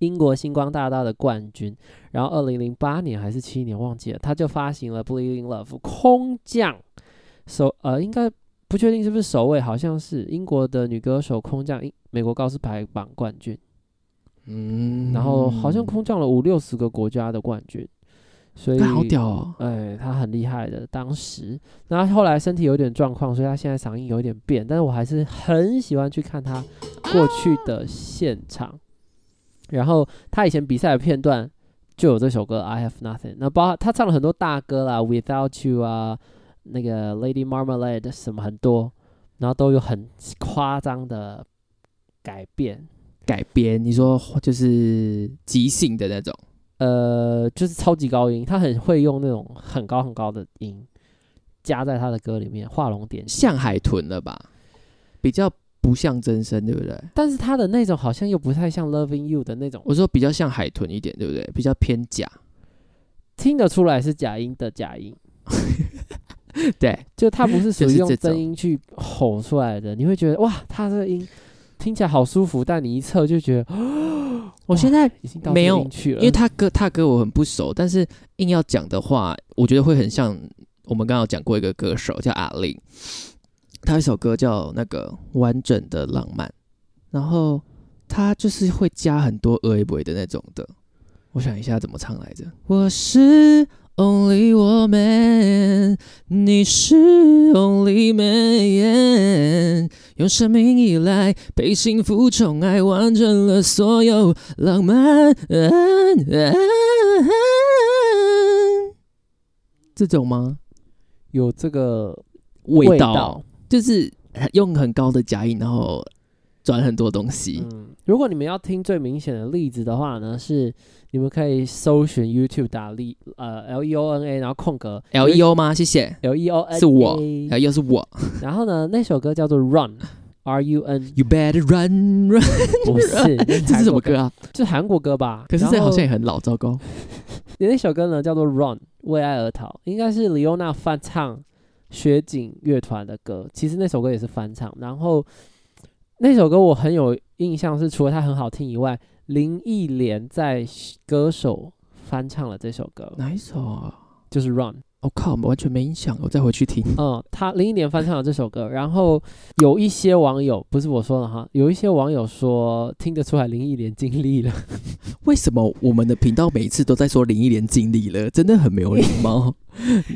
[SPEAKER 2] 英国星光大道的冠军，然后二零零八年还是七年忘记了，他就发行了《Bleeding Love》空降首呃，应该不确定是不是首位，好像是英国的女歌手空降英美国告示牌榜冠军。
[SPEAKER 1] 嗯
[SPEAKER 2] 然后好像空降了五六十个国家的冠军，所以
[SPEAKER 1] 干好屌哦，
[SPEAKER 2] 哎，他很厉害的。当时，然后后来身体有点状况，所以他现在嗓音有点变，但是我还是很喜欢去看他过去的现场。然后他以前比赛的片段就有这首歌《I Have Nothing》，那包括他唱了很多大歌啦，《Without You》啊，那个《Lady Marmalade》什么很多。然后都有很夸张的改变，
[SPEAKER 1] 改编，你说就是即兴的那种，
[SPEAKER 2] 呃，就是超级高音，他很会用那种很高很高的音加在他的歌里面，画龙点睛。
[SPEAKER 1] 像海豚了吧？比较不像真身，对不对？
[SPEAKER 2] 但是他的那种好像又不太像《Loving You》的那种，
[SPEAKER 1] 我说比较像海豚一点，对不对？比较偏假，
[SPEAKER 2] 听得出来是假音的假音，
[SPEAKER 1] 对，
[SPEAKER 2] 就他不是属
[SPEAKER 1] 就
[SPEAKER 2] 于
[SPEAKER 1] 是
[SPEAKER 2] 用
[SPEAKER 1] 这种
[SPEAKER 2] 真音去吼出来的，你会觉得哇，他这个音听起来好舒服，但你一测就觉得，
[SPEAKER 1] 我现
[SPEAKER 2] 在已经到这个
[SPEAKER 1] 没有
[SPEAKER 2] 音去了，
[SPEAKER 1] 因为他歌他歌我很不熟，但是硬要讲的话，我觉得会很像我们刚刚有讲过一个歌手叫阿令，他有一首歌叫那个完整的浪漫，然后他就是会加很多呃不的那种的，我想一下怎么唱来着，我是 Only Woman，你是 Only Man，用生命以来被幸福宠爱，完成了所有浪漫。这种吗？
[SPEAKER 2] 有这个
[SPEAKER 1] 味
[SPEAKER 2] 道。
[SPEAKER 1] 就是用很高的假音，然后转很多东西。
[SPEAKER 2] 嗯，如果你们要听最明显的例子的话呢，是你们可以搜寻 YouTube 打 L 呃 L E O N A，然后空格
[SPEAKER 1] L E O 吗？谢谢。
[SPEAKER 2] L E O N A，
[SPEAKER 1] 是我 L E O 是我。
[SPEAKER 2] 然后呢，那首歌叫做 Run R U N，
[SPEAKER 1] You better run run。
[SPEAKER 2] 不是，
[SPEAKER 1] 这是什么
[SPEAKER 2] 韩国？
[SPEAKER 1] 歌啊？
[SPEAKER 2] 这是韩国歌吧？
[SPEAKER 1] 可是这
[SPEAKER 2] 然
[SPEAKER 1] 好
[SPEAKER 2] 后
[SPEAKER 1] 像也很老，糟糕。
[SPEAKER 2] 你那首歌呢叫做《Run》，为爱而逃，应该是李欧娜翻唱雪景乐团的歌。其实那首歌也是翻唱，然后那首歌我很有印象，是除了它很好听以外，林忆莲在歌手翻唱了这首歌，
[SPEAKER 1] 哪一首啊？
[SPEAKER 2] 就是《Run》。
[SPEAKER 1] 我、靠，完全没印象，我再回去听。
[SPEAKER 2] 嗯，他零一年翻唱了这首歌，然后有一些网友不是我说的哈，有一些网友说听得出来林忆莲经历了，
[SPEAKER 1] 为什么我们的频道每一次都在说林忆莲尽力了，真的很没有礼貌？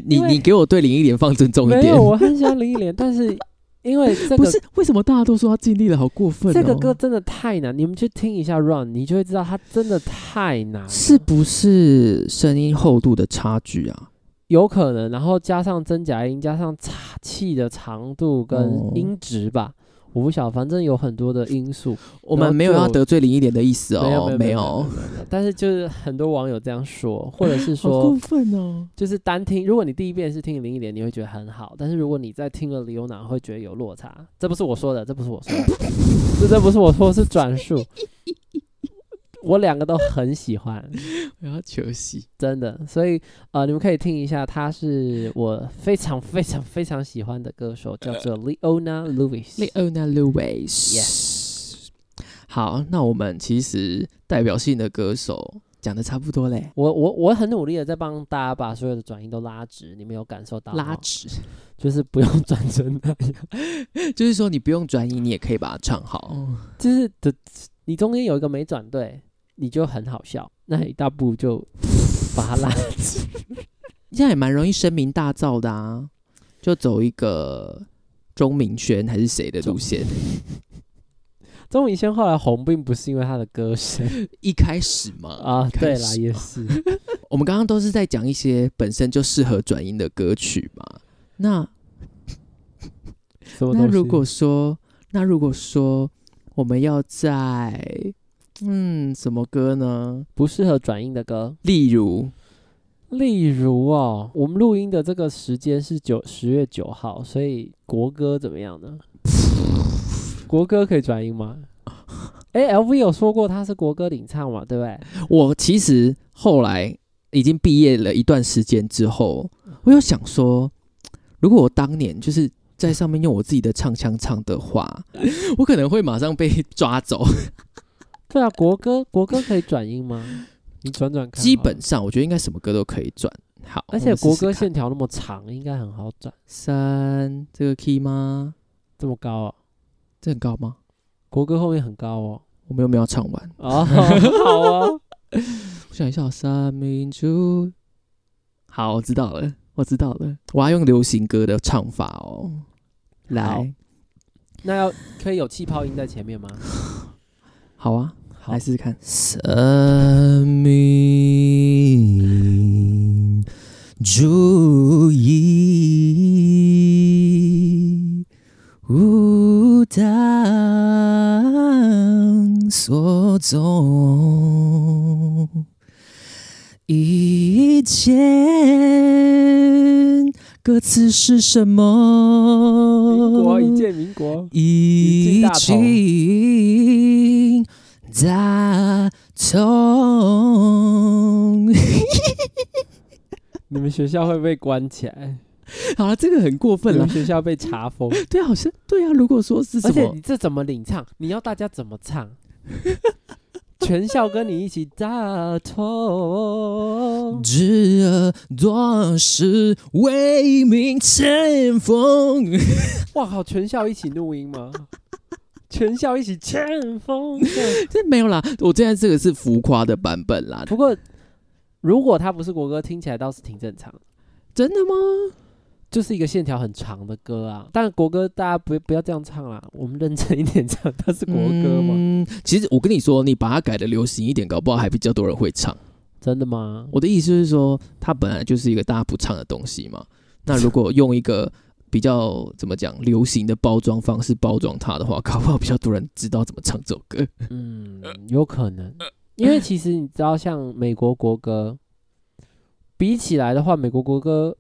[SPEAKER 1] 你
[SPEAKER 2] 因为
[SPEAKER 1] 你给我对林忆莲放尊重一
[SPEAKER 2] 没
[SPEAKER 1] 点
[SPEAKER 2] 有，。我很喜欢林忆莲，但是因为这
[SPEAKER 1] 不
[SPEAKER 2] 个
[SPEAKER 1] 是为什么大家都说她尽力了，好过分、哦！
[SPEAKER 2] 这个歌真的太难，你们去听一下《Run》，你就会知道它真的太难了，
[SPEAKER 1] 是不是声音厚度的差距啊？
[SPEAKER 2] 有可能。然后加上真假音，加上差气的长度
[SPEAKER 1] 哦
[SPEAKER 2] 跟音值吧，我不晓得，反正有很多的因素。
[SPEAKER 1] 我们没有要得罪林忆莲的意思
[SPEAKER 2] 没有
[SPEAKER 1] 哦，
[SPEAKER 2] 没有没有
[SPEAKER 1] 有，
[SPEAKER 2] 但是就是很多网友这样说，或者是
[SPEAKER 1] 好过
[SPEAKER 2] 说，
[SPEAKER 1] 分哦。
[SPEAKER 2] 就是单听，如果你第一遍是听林忆莲，你会觉得很好，但是如果你再听了李友娜，会觉得有落差。这不是我说的，这不是我说的，这这不是我说，是转述。我两个都很喜欢。
[SPEAKER 1] 我要求戏，
[SPEAKER 2] 真的，所以呃，你们可以听一下，他是我非常非常非常喜欢的歌手，叫做 Leona Lewis。
[SPEAKER 1] Leona Lewis。好，那我们其实代表性的歌手讲的差不多嘞，
[SPEAKER 2] 我我我很努力的在帮大家把所有的转音都拉直，你们有感受到吗
[SPEAKER 1] 拉，直，
[SPEAKER 2] 就是 不用转成那样，
[SPEAKER 1] 就是说你不用转移，你也可以把它唱好。
[SPEAKER 2] 哦就是的，你中间有一个没转对，你就很好笑，那你大步就把它拉。
[SPEAKER 1] 现在也蛮容易声名大噪的啊，就走一个钟明轩还是谁的路线。
[SPEAKER 2] 钟明轩后来红，并不是因为他的歌声
[SPEAKER 1] 一 开始嘛，
[SPEAKER 2] 啊
[SPEAKER 1] 一，开
[SPEAKER 2] 对
[SPEAKER 1] 始哦
[SPEAKER 2] 啦，也是，
[SPEAKER 1] 我们刚刚都是在讲一些本身就适合转音的歌曲嘛。那
[SPEAKER 2] 什么
[SPEAKER 1] 那
[SPEAKER 2] 东西？
[SPEAKER 1] 如果说，那如果说我们要在嗯什么歌呢？
[SPEAKER 2] 不适合转音的歌，
[SPEAKER 1] 例如
[SPEAKER 2] 例如哦，我们录音的这个时间是九十月九号，所以国歌怎么样呢？ 国歌可以转音吗？哎、l v 有说过他是国歌领唱嘛，对不对？
[SPEAKER 1] 我其实后来已经毕业了一段时间之后，我有想说，如果我当年就是在上面用我自己的唱腔唱的 话，我可能会马上被抓走。
[SPEAKER 2] 对啊，国歌国歌可以转音吗？你转转看好了。
[SPEAKER 1] 基本上，我觉得应该什么歌都可以转。好，
[SPEAKER 2] 而
[SPEAKER 1] 我
[SPEAKER 2] 且
[SPEAKER 1] 们试试
[SPEAKER 2] 国歌
[SPEAKER 1] 看
[SPEAKER 2] 线条那么长，应该很好转。
[SPEAKER 1] 三这个 key 吗？
[SPEAKER 2] 这么高哦，
[SPEAKER 1] 这很高吗？
[SPEAKER 2] 国歌后面很高哦。
[SPEAKER 1] 我们有没有唱完？
[SPEAKER 2] 哦，好啊，
[SPEAKER 1] 我想一下，三民主。好，我知道了，我知道了。我要用流行歌的唱法哦。来，
[SPEAKER 2] 那要可以有气泡音在前面 吗？
[SPEAKER 1] 好啊，
[SPEAKER 2] 好
[SPEAKER 1] 来，试试看。三民主义。舞荡所踪，一见歌词是什么？
[SPEAKER 2] 民国一见民国，
[SPEAKER 1] 已
[SPEAKER 2] 大同
[SPEAKER 1] 经大 同。
[SPEAKER 2] 你们学校会被关起来，
[SPEAKER 1] 好了，这个很过
[SPEAKER 2] 你
[SPEAKER 1] 分了
[SPEAKER 2] 们。学校被查封。
[SPEAKER 1] 对，好像对啊。如果说是什
[SPEAKER 2] 而且
[SPEAKER 1] 么
[SPEAKER 2] 你，这怎么领唱？你要大家怎么唱？ 全校跟你一起大同，
[SPEAKER 1] 知而多识，为民争锋。
[SPEAKER 2] 哇靠！全校一起怒音吗？ 全校一起乘风。这样
[SPEAKER 1] 这没有啦，我现在这个是浮夸的版本啦。
[SPEAKER 2] 不过，如果它不是国歌，听起来倒是挺正常的，
[SPEAKER 1] 真的吗？
[SPEAKER 2] 就是一个线条很长的歌啊。但国歌大家不不要这样唱啦，我们认真一点唱，它是国歌吗？
[SPEAKER 1] 嗯，其实我跟你说，你把它改的流行一点，搞不好还比较多人会唱。
[SPEAKER 2] 真的吗？
[SPEAKER 1] 我的意思是说，它本来就是一个大家不唱的东西嘛。那如果用一个比较怎么讲流行的包装方式包装它的话，搞不好比较多人知道怎么唱这首歌。
[SPEAKER 2] 嗯，有可能，因为其实你知道，像美国国歌比起来的话，美国国歌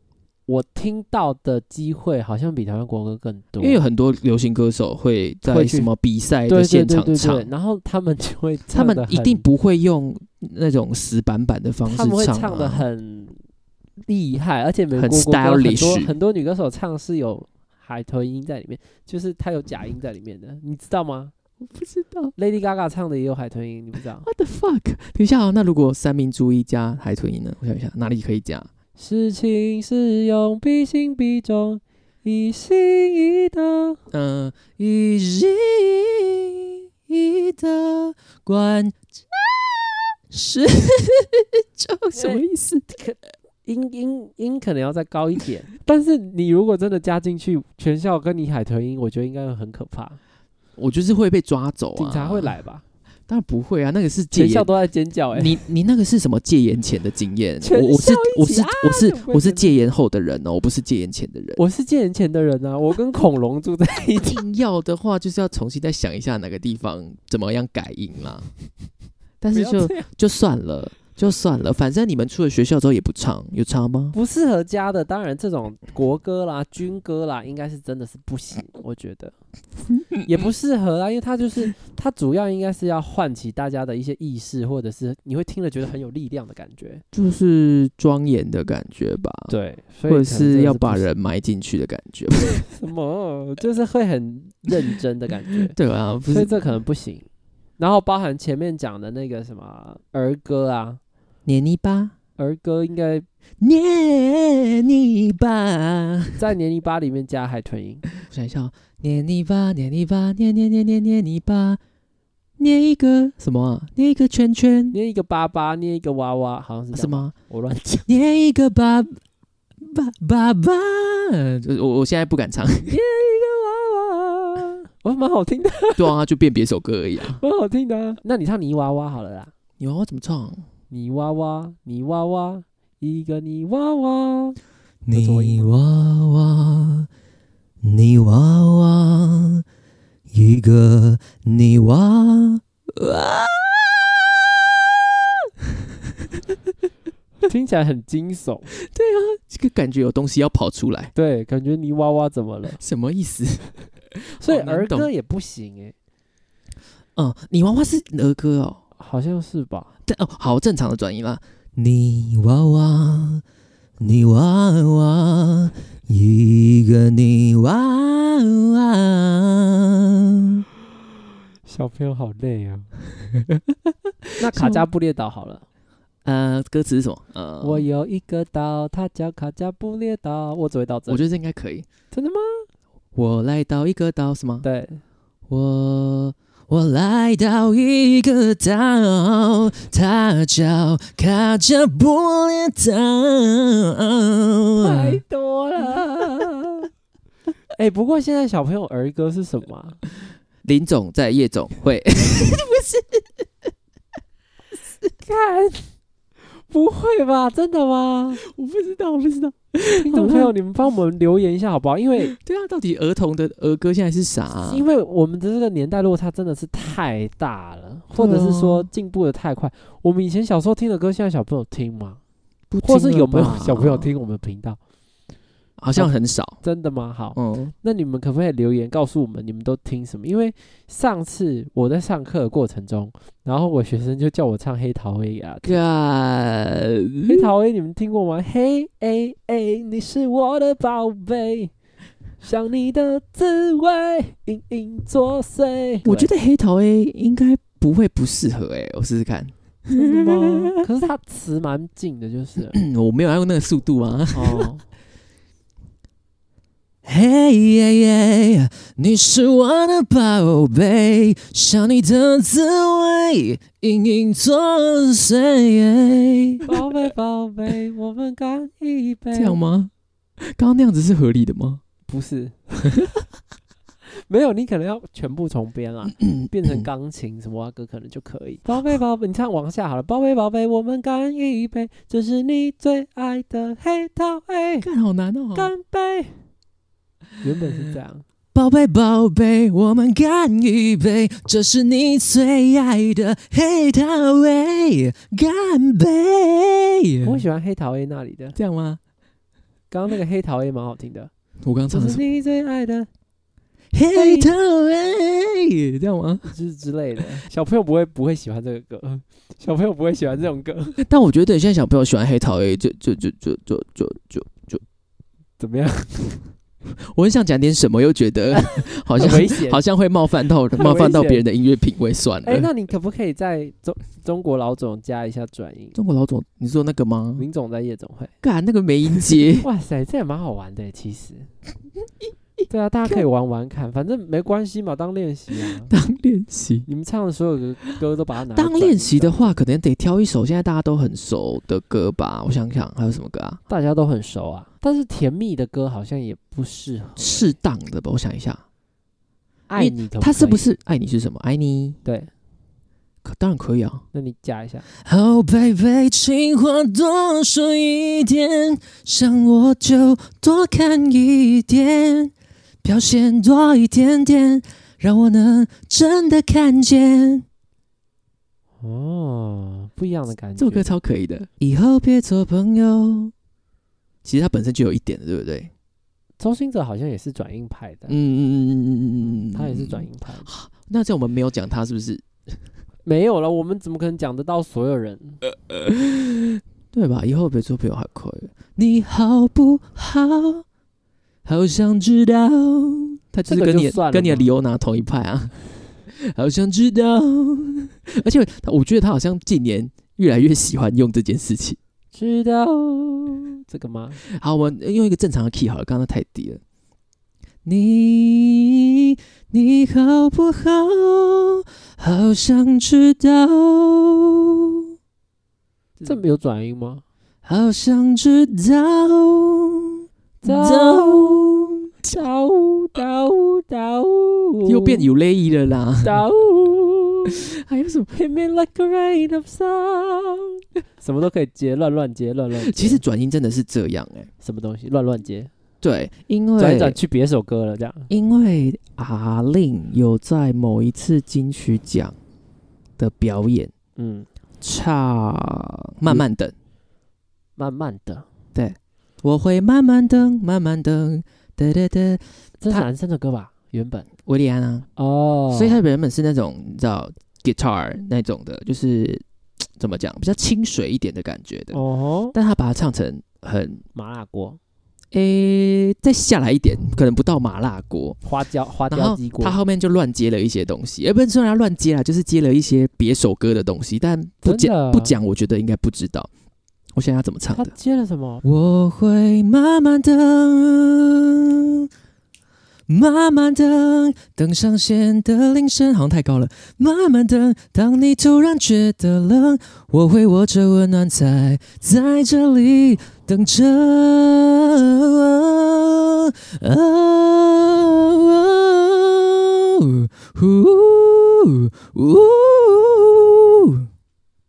[SPEAKER 2] 我听到的机会好像比台湾国歌更多，
[SPEAKER 1] 因为有很多流行歌手会在
[SPEAKER 2] 会去
[SPEAKER 1] 什么比赛
[SPEAKER 2] 对
[SPEAKER 1] 的
[SPEAKER 2] 对
[SPEAKER 1] 现
[SPEAKER 2] 对
[SPEAKER 1] 场
[SPEAKER 2] 对
[SPEAKER 1] 唱
[SPEAKER 2] 对，，然后他们就会
[SPEAKER 1] 他
[SPEAKER 2] 唱得
[SPEAKER 1] 们一定
[SPEAKER 2] 很
[SPEAKER 1] 不会用那种死板板的方式
[SPEAKER 2] 他们会
[SPEAKER 1] 唱、啊，
[SPEAKER 2] 唱的很厉害，而且美
[SPEAKER 1] 很
[SPEAKER 2] 国国歌很多
[SPEAKER 1] stylish
[SPEAKER 2] 很多女歌手唱是有海豚音在里面，就是它有假音在里面的，你知道吗
[SPEAKER 1] 不知道。
[SPEAKER 2] ？Lady Gaga 唱的也有海豚音，你不知道？
[SPEAKER 1] What the fuck？等一下啊，那如果三明珠一加海豚音呢？我想一下，哪里可以加？
[SPEAKER 2] 是情是用，必行必中，一心一德。
[SPEAKER 1] 嗯、
[SPEAKER 2] 呃
[SPEAKER 1] 一心一的关 是就什么意思？
[SPEAKER 2] 音音音可能要再高一点， 但是你如果真的加进去，全校跟你海豚音，我觉得应该会很可怕，
[SPEAKER 1] 我就是会被抓走、啊，
[SPEAKER 2] 警察会？来吧？
[SPEAKER 1] 当然不会啊，那个是戒
[SPEAKER 2] 全
[SPEAKER 1] 严
[SPEAKER 2] 校。都在尖叫、欸，哎，
[SPEAKER 1] 你你那个是什么戒严前的经验？
[SPEAKER 2] 全
[SPEAKER 1] 我我是
[SPEAKER 2] 校一
[SPEAKER 1] 我
[SPEAKER 2] 起
[SPEAKER 1] 是
[SPEAKER 2] 啊
[SPEAKER 1] 我是
[SPEAKER 2] 怎么会
[SPEAKER 1] 我是
[SPEAKER 2] 这
[SPEAKER 1] 戒
[SPEAKER 2] 样
[SPEAKER 1] 严后的人哦，我不是戒严前的人。
[SPEAKER 2] 我是戒严前的人啊，我跟恐龙住在一起。
[SPEAKER 1] 硬要的话，就是要重新再想一下哪个地方怎么样改音啦。 但是
[SPEAKER 2] 不要
[SPEAKER 1] 就
[SPEAKER 2] 这样
[SPEAKER 1] 就算了，就算了，反正你们出了学校之后也不唱，有唱吗？
[SPEAKER 2] 不适合加的，当然这种国歌啦、军歌啦，应该是真的是不行，我觉 得也不适合啦，因为它就是它主要应该是要唤起大家的一些意识，或者是你会听了觉得很有力量的感觉。
[SPEAKER 1] 就是庄严的感觉吧，，
[SPEAKER 2] 对，所
[SPEAKER 1] 或
[SPEAKER 2] 以
[SPEAKER 1] 者
[SPEAKER 2] 可能真的
[SPEAKER 1] 是要把
[SPEAKER 2] 不行
[SPEAKER 1] 人埋进去的感觉。，
[SPEAKER 2] 什么，就是会很认真的感 觉
[SPEAKER 1] 对啊，不
[SPEAKER 2] 所以
[SPEAKER 1] 是
[SPEAKER 2] 这可能不行。然后包含前面讲的那个什么儿歌啊，
[SPEAKER 1] 黏泥巴，
[SPEAKER 2] 儿歌应该
[SPEAKER 1] 黏泥巴。
[SPEAKER 2] 在年泥巴里面加海豚音，
[SPEAKER 1] 我想一下哦，捏泥巴，捏泥巴，捏捏捏捏捏泥巴，捏一个什么啊？捏一个圈圈啊
[SPEAKER 2] 捏一个粑粑，捏一个娃娃，好像是这样
[SPEAKER 1] 是？吗？
[SPEAKER 2] 我乱讲。
[SPEAKER 1] 捏一个爸爸爸爸，就是我我现在不敢唱，
[SPEAKER 2] 捏一个娃娃，我哦蛮好听 的，
[SPEAKER 1] 对啊，就变别首歌而已啊。
[SPEAKER 2] 蛮好听的啊、那你唱泥娃娃好了啦，
[SPEAKER 1] 你娃娃怎么唱？
[SPEAKER 2] 泥娃娃，泥娃娃，一个泥娃 娃，
[SPEAKER 1] 你娃娃，你娃娃，一个你娃娃。
[SPEAKER 2] 听起来很惊悚。
[SPEAKER 1] 这个感觉有东西要跑出来，
[SPEAKER 2] 对，感觉泥娃娃怎么了？
[SPEAKER 1] 什么意 思？
[SPEAKER 2] 所以
[SPEAKER 1] 好难
[SPEAKER 2] 儿歌
[SPEAKER 1] 懂
[SPEAKER 2] 也不行哎、
[SPEAKER 1] 嗯，你娃娃是儿歌哦。
[SPEAKER 2] 好像是吧？
[SPEAKER 1] 但哦，好正常的转音啦。你娃娃，你娃娃，一个你娃娃。
[SPEAKER 2] 小朋友好累 啊。那卡加布列岛好了，嗯
[SPEAKER 1] 呃，歌词是什么？呃，
[SPEAKER 2] 我有一个岛，它叫卡加布列岛，我只会到这
[SPEAKER 1] 我。觉得这应该可以。
[SPEAKER 2] 真的吗？
[SPEAKER 1] 我来到一个岛，是吗？
[SPEAKER 2] 对，
[SPEAKER 1] 我我来到一个岛，它叫卡加布列
[SPEAKER 2] 太
[SPEAKER 1] 岛。
[SPEAKER 2] 多了。 哎、不过现在小朋友儿歌是什么啊、
[SPEAKER 1] 林总在夜总会。
[SPEAKER 2] 看，不会吧？真的吗？
[SPEAKER 1] 我不知道，我不知道。
[SPEAKER 2] 听众朋友，你们帮我们留言一下好不好？因为
[SPEAKER 1] 对啊，到底儿童的儿歌现在是啥、
[SPEAKER 2] 因为我们的这个年代落差真的是太大了，或者是说进步的太快。我们以前小时候听的歌，现在小朋友听吗？
[SPEAKER 1] 不
[SPEAKER 2] 或
[SPEAKER 1] 听
[SPEAKER 2] 是
[SPEAKER 1] 了
[SPEAKER 2] 有没有
[SPEAKER 1] 吧
[SPEAKER 2] 小朋友？听嗯我们频道？
[SPEAKER 1] 好像很少。
[SPEAKER 2] 真的吗？好，
[SPEAKER 1] 嗯，
[SPEAKER 2] 那你们可不可以留言告诉我们你们都听什么？因为上次我在上课的过程中，然后我学生就叫我唱《黑桃 A》啊，
[SPEAKER 1] 看，
[SPEAKER 2] 黑桃 A 你们听过吗？嘿哎哎，你是我的宝贝，想你的滋味隐隐作祟。
[SPEAKER 1] 我觉得黑桃 A 应该不会不适合哎、我试试看。
[SPEAKER 2] 对真的吗？可是它词蛮近的， 就是了
[SPEAKER 1] 嗯，我没有按过那个速度啊。
[SPEAKER 2] 哦，
[SPEAKER 1] 嘿耶耶，你是我的宝贝，想你的滋味隐隐作祟。
[SPEAKER 2] 宝贝宝贝，我们干一杯。
[SPEAKER 1] 这样吗？刚刚那样子是合理的吗？
[SPEAKER 2] 不是， 没有，你可能要全部重 编啊，变成钢琴什么啊歌可能就可以。宝贝宝贝，你唱往下好了。宝贝宝贝，我们干一杯，这是你最爱的黑桃 A，
[SPEAKER 1] 看好难哦
[SPEAKER 2] 干杯。原本是这样，
[SPEAKER 1] 宝贝，宝贝，我们干一杯，这是你最爱的黑桃味，干杯！
[SPEAKER 2] 我喜欢黑桃 A 那里的，
[SPEAKER 1] 这样吗？
[SPEAKER 2] 刚刚那个黑桃 A 蛮好听的，
[SPEAKER 1] 我刚刚
[SPEAKER 2] 这
[SPEAKER 1] 唱的
[SPEAKER 2] 是
[SPEAKER 1] 是
[SPEAKER 2] 你最爱的，
[SPEAKER 1] 黑桃味，这样吗？
[SPEAKER 2] 就是之类的。小朋友不会不会喜欢这个歌，小朋友不会喜欢 这种歌，
[SPEAKER 1] 但我觉得现在小朋友喜欢黑桃 A，就就就就就就就，
[SPEAKER 2] 怎么样？
[SPEAKER 1] 我很想讲点什么，又觉 得好像
[SPEAKER 2] 很危险
[SPEAKER 1] 好。像呃会冒犯到冒犯到别人的音乐品味，算
[SPEAKER 2] 哎、
[SPEAKER 1] 了。
[SPEAKER 2] 那你可不可以在中中国老总加一下转音？
[SPEAKER 1] 中国老总，你说那个吗？
[SPEAKER 2] 林总在夜总会，，
[SPEAKER 1] 干那个没音节。
[SPEAKER 2] 哇塞，这也蛮好玩的耶，欸其实。 对啊，大家可以玩玩看，反正没关系嘛，当练习啊
[SPEAKER 1] 当练习。
[SPEAKER 2] 你们唱的所有的歌都把它拿来
[SPEAKER 1] 当
[SPEAKER 2] 转
[SPEAKER 1] 练习的
[SPEAKER 2] 一转，
[SPEAKER 1] 话，可能得挑一首现在大家都很熟的歌吧。我想想，还有什么歌啊？
[SPEAKER 2] 大家都很熟啊。但是甜蜜的歌好像也不适合。
[SPEAKER 1] 适当的吧，我想一下，
[SPEAKER 2] 爱你可可以
[SPEAKER 1] 他是不是爱你是什么？爱你，
[SPEAKER 2] 对？
[SPEAKER 1] 可当然可以啊。
[SPEAKER 2] 那你加一下。
[SPEAKER 1] 哦，贝贝，情话多说一点，想我就多看一点，表现多一点点，让我能真的看见。
[SPEAKER 2] 哦，不一样的感觉。
[SPEAKER 1] 这首歌超可以的，以后别做朋友。其实它本身就有一点的，对不对？
[SPEAKER 2] 周兴哲好像也是转音派的，
[SPEAKER 1] 嗯嗯嗯嗯嗯嗯嗯嗯，
[SPEAKER 2] 他也是转音派的。
[SPEAKER 1] 那这样我们没有讲他是不是？
[SPEAKER 2] 没有了，我们怎么可能讲得到所有人？
[SPEAKER 1] 呃对吧？以后别做朋友还可以。你好不好？好想知道。他就是
[SPEAKER 2] 这个
[SPEAKER 1] 跟
[SPEAKER 2] 就
[SPEAKER 1] 你
[SPEAKER 2] 算了
[SPEAKER 1] 跟你的
[SPEAKER 2] 嘛
[SPEAKER 1] 理由拿同一派啊。 好想知道。而且他我觉得他好像近年越来越喜欢用这件事情。
[SPEAKER 2] 知道这个吗？
[SPEAKER 1] 好，我们用一个正常的 key 好了，刚刚太低了。你你好不好？好想知道。嗯
[SPEAKER 2] 这没有转音吗？
[SPEAKER 1] 好想知道，
[SPEAKER 2] 道刀刀刀，
[SPEAKER 1] 又变有泪意了 啦。
[SPEAKER 2] 刀。
[SPEAKER 1] 还有什么？
[SPEAKER 2] Hit me like a rain of sound，什么都可以接，乱乱接，乱乱接。
[SPEAKER 1] 其实转音真的是这样哎、
[SPEAKER 2] 什么东西乱乱接，
[SPEAKER 1] 对，因为
[SPEAKER 2] 转一转去别首歌了，这样。
[SPEAKER 1] 因为阿令有在某一次金曲奖的表演
[SPEAKER 2] 嗯，
[SPEAKER 1] 唱《慢慢等》，
[SPEAKER 2] 慢慢的，
[SPEAKER 1] 我会慢慢等，慢慢等，哒哒哒，
[SPEAKER 2] 这是
[SPEAKER 1] 他
[SPEAKER 2] 男生的歌吧？原本
[SPEAKER 1] 维利安啊，
[SPEAKER 2] 哦，
[SPEAKER 1] 所以他原本是那种你知道 guitar 那种的，就是怎么讲，比较清水一点的感觉的，
[SPEAKER 2] 哦，
[SPEAKER 1] 但他把它唱成很
[SPEAKER 2] 麻辣锅、
[SPEAKER 1] 诶、再下来一点，可能不到麻辣锅。
[SPEAKER 2] 花椒、花
[SPEAKER 1] 然
[SPEAKER 2] 椒
[SPEAKER 1] 后
[SPEAKER 2] 鸡锅
[SPEAKER 1] 他，后面就乱接了一些东西，也不是说他乱接啦，就是接了一些别首歌的东西，但不
[SPEAKER 2] 真
[SPEAKER 1] 讲
[SPEAKER 2] 的啊
[SPEAKER 1] 不讲，我觉得应该不知道。我想要怎么唱
[SPEAKER 2] 他
[SPEAKER 1] 的？
[SPEAKER 2] 接了什么？
[SPEAKER 1] 我会慢慢等，慢慢等，等上弦的铃声好像太高了。慢慢等，当你突然觉得冷，我会握着温暖才在这里等着。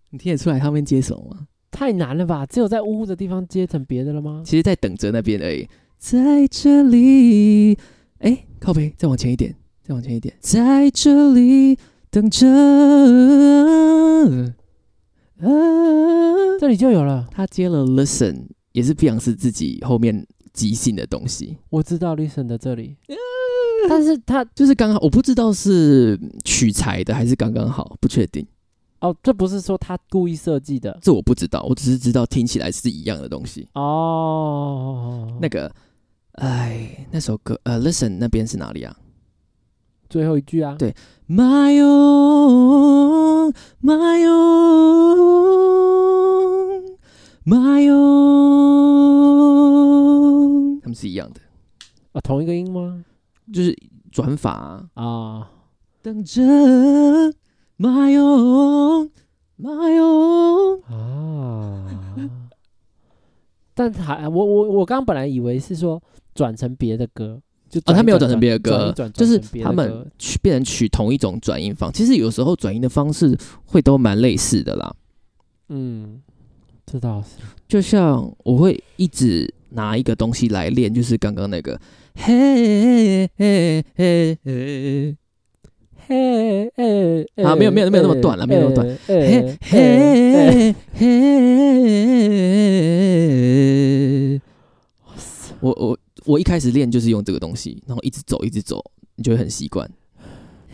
[SPEAKER 1] 你听得出来他们接什么吗？
[SPEAKER 2] 太难了吧？只有在呜呜的地方接成别的了吗？
[SPEAKER 1] 其实，在等着那边而已，在这里，哎、靠背，再往前一点，再往前一点，在这里等着。啊，
[SPEAKER 2] 这里就有了，
[SPEAKER 1] 他接了 listen，也是碧昂斯自己后面即兴的东西，
[SPEAKER 2] 我知道 listen 的这里，但是他
[SPEAKER 1] 就是刚好，我不知道是取材的还是刚刚好，不确定，
[SPEAKER 2] 哦，这不是说他故意设计的
[SPEAKER 1] 这我不知道，我只是知道听起来是一样的东西。
[SPEAKER 2] 哦。
[SPEAKER 1] 那个，哎，那首歌，呃，listen 那边是哪里啊？
[SPEAKER 2] 最后一句啊，
[SPEAKER 1] 对 My own, my own, my own，他们是一样的，
[SPEAKER 2] 啊，同一个音吗？
[SPEAKER 1] 就是转法啊、
[SPEAKER 2] 啊，
[SPEAKER 1] 等着 my own, my own，
[SPEAKER 2] 啊，但还我我我刚本来以为是说转成别的歌，就
[SPEAKER 1] 哦，
[SPEAKER 2] 转一
[SPEAKER 1] 他没有转
[SPEAKER 2] 转
[SPEAKER 1] 成别的歌，
[SPEAKER 2] 转一转
[SPEAKER 1] 就是
[SPEAKER 2] 转成别的
[SPEAKER 1] 他们
[SPEAKER 2] 歌
[SPEAKER 1] 去变成取同一种转音方。其实有时候转音的方式会都蛮类似的啦，
[SPEAKER 2] 嗯，这倒是
[SPEAKER 1] 就像我会一直拿一个东西来练，就是刚刚那个嘿嘿嘿嘿
[SPEAKER 2] 嘿哎哎
[SPEAKER 1] 啊没有没有没有那么短了没有那么短
[SPEAKER 2] 短，
[SPEAKER 1] 嘿
[SPEAKER 2] 嘿嘿，
[SPEAKER 1] 嘿嘿。我我我一开始练就是用这个东西，然后一直走一直走，你就会很习惯。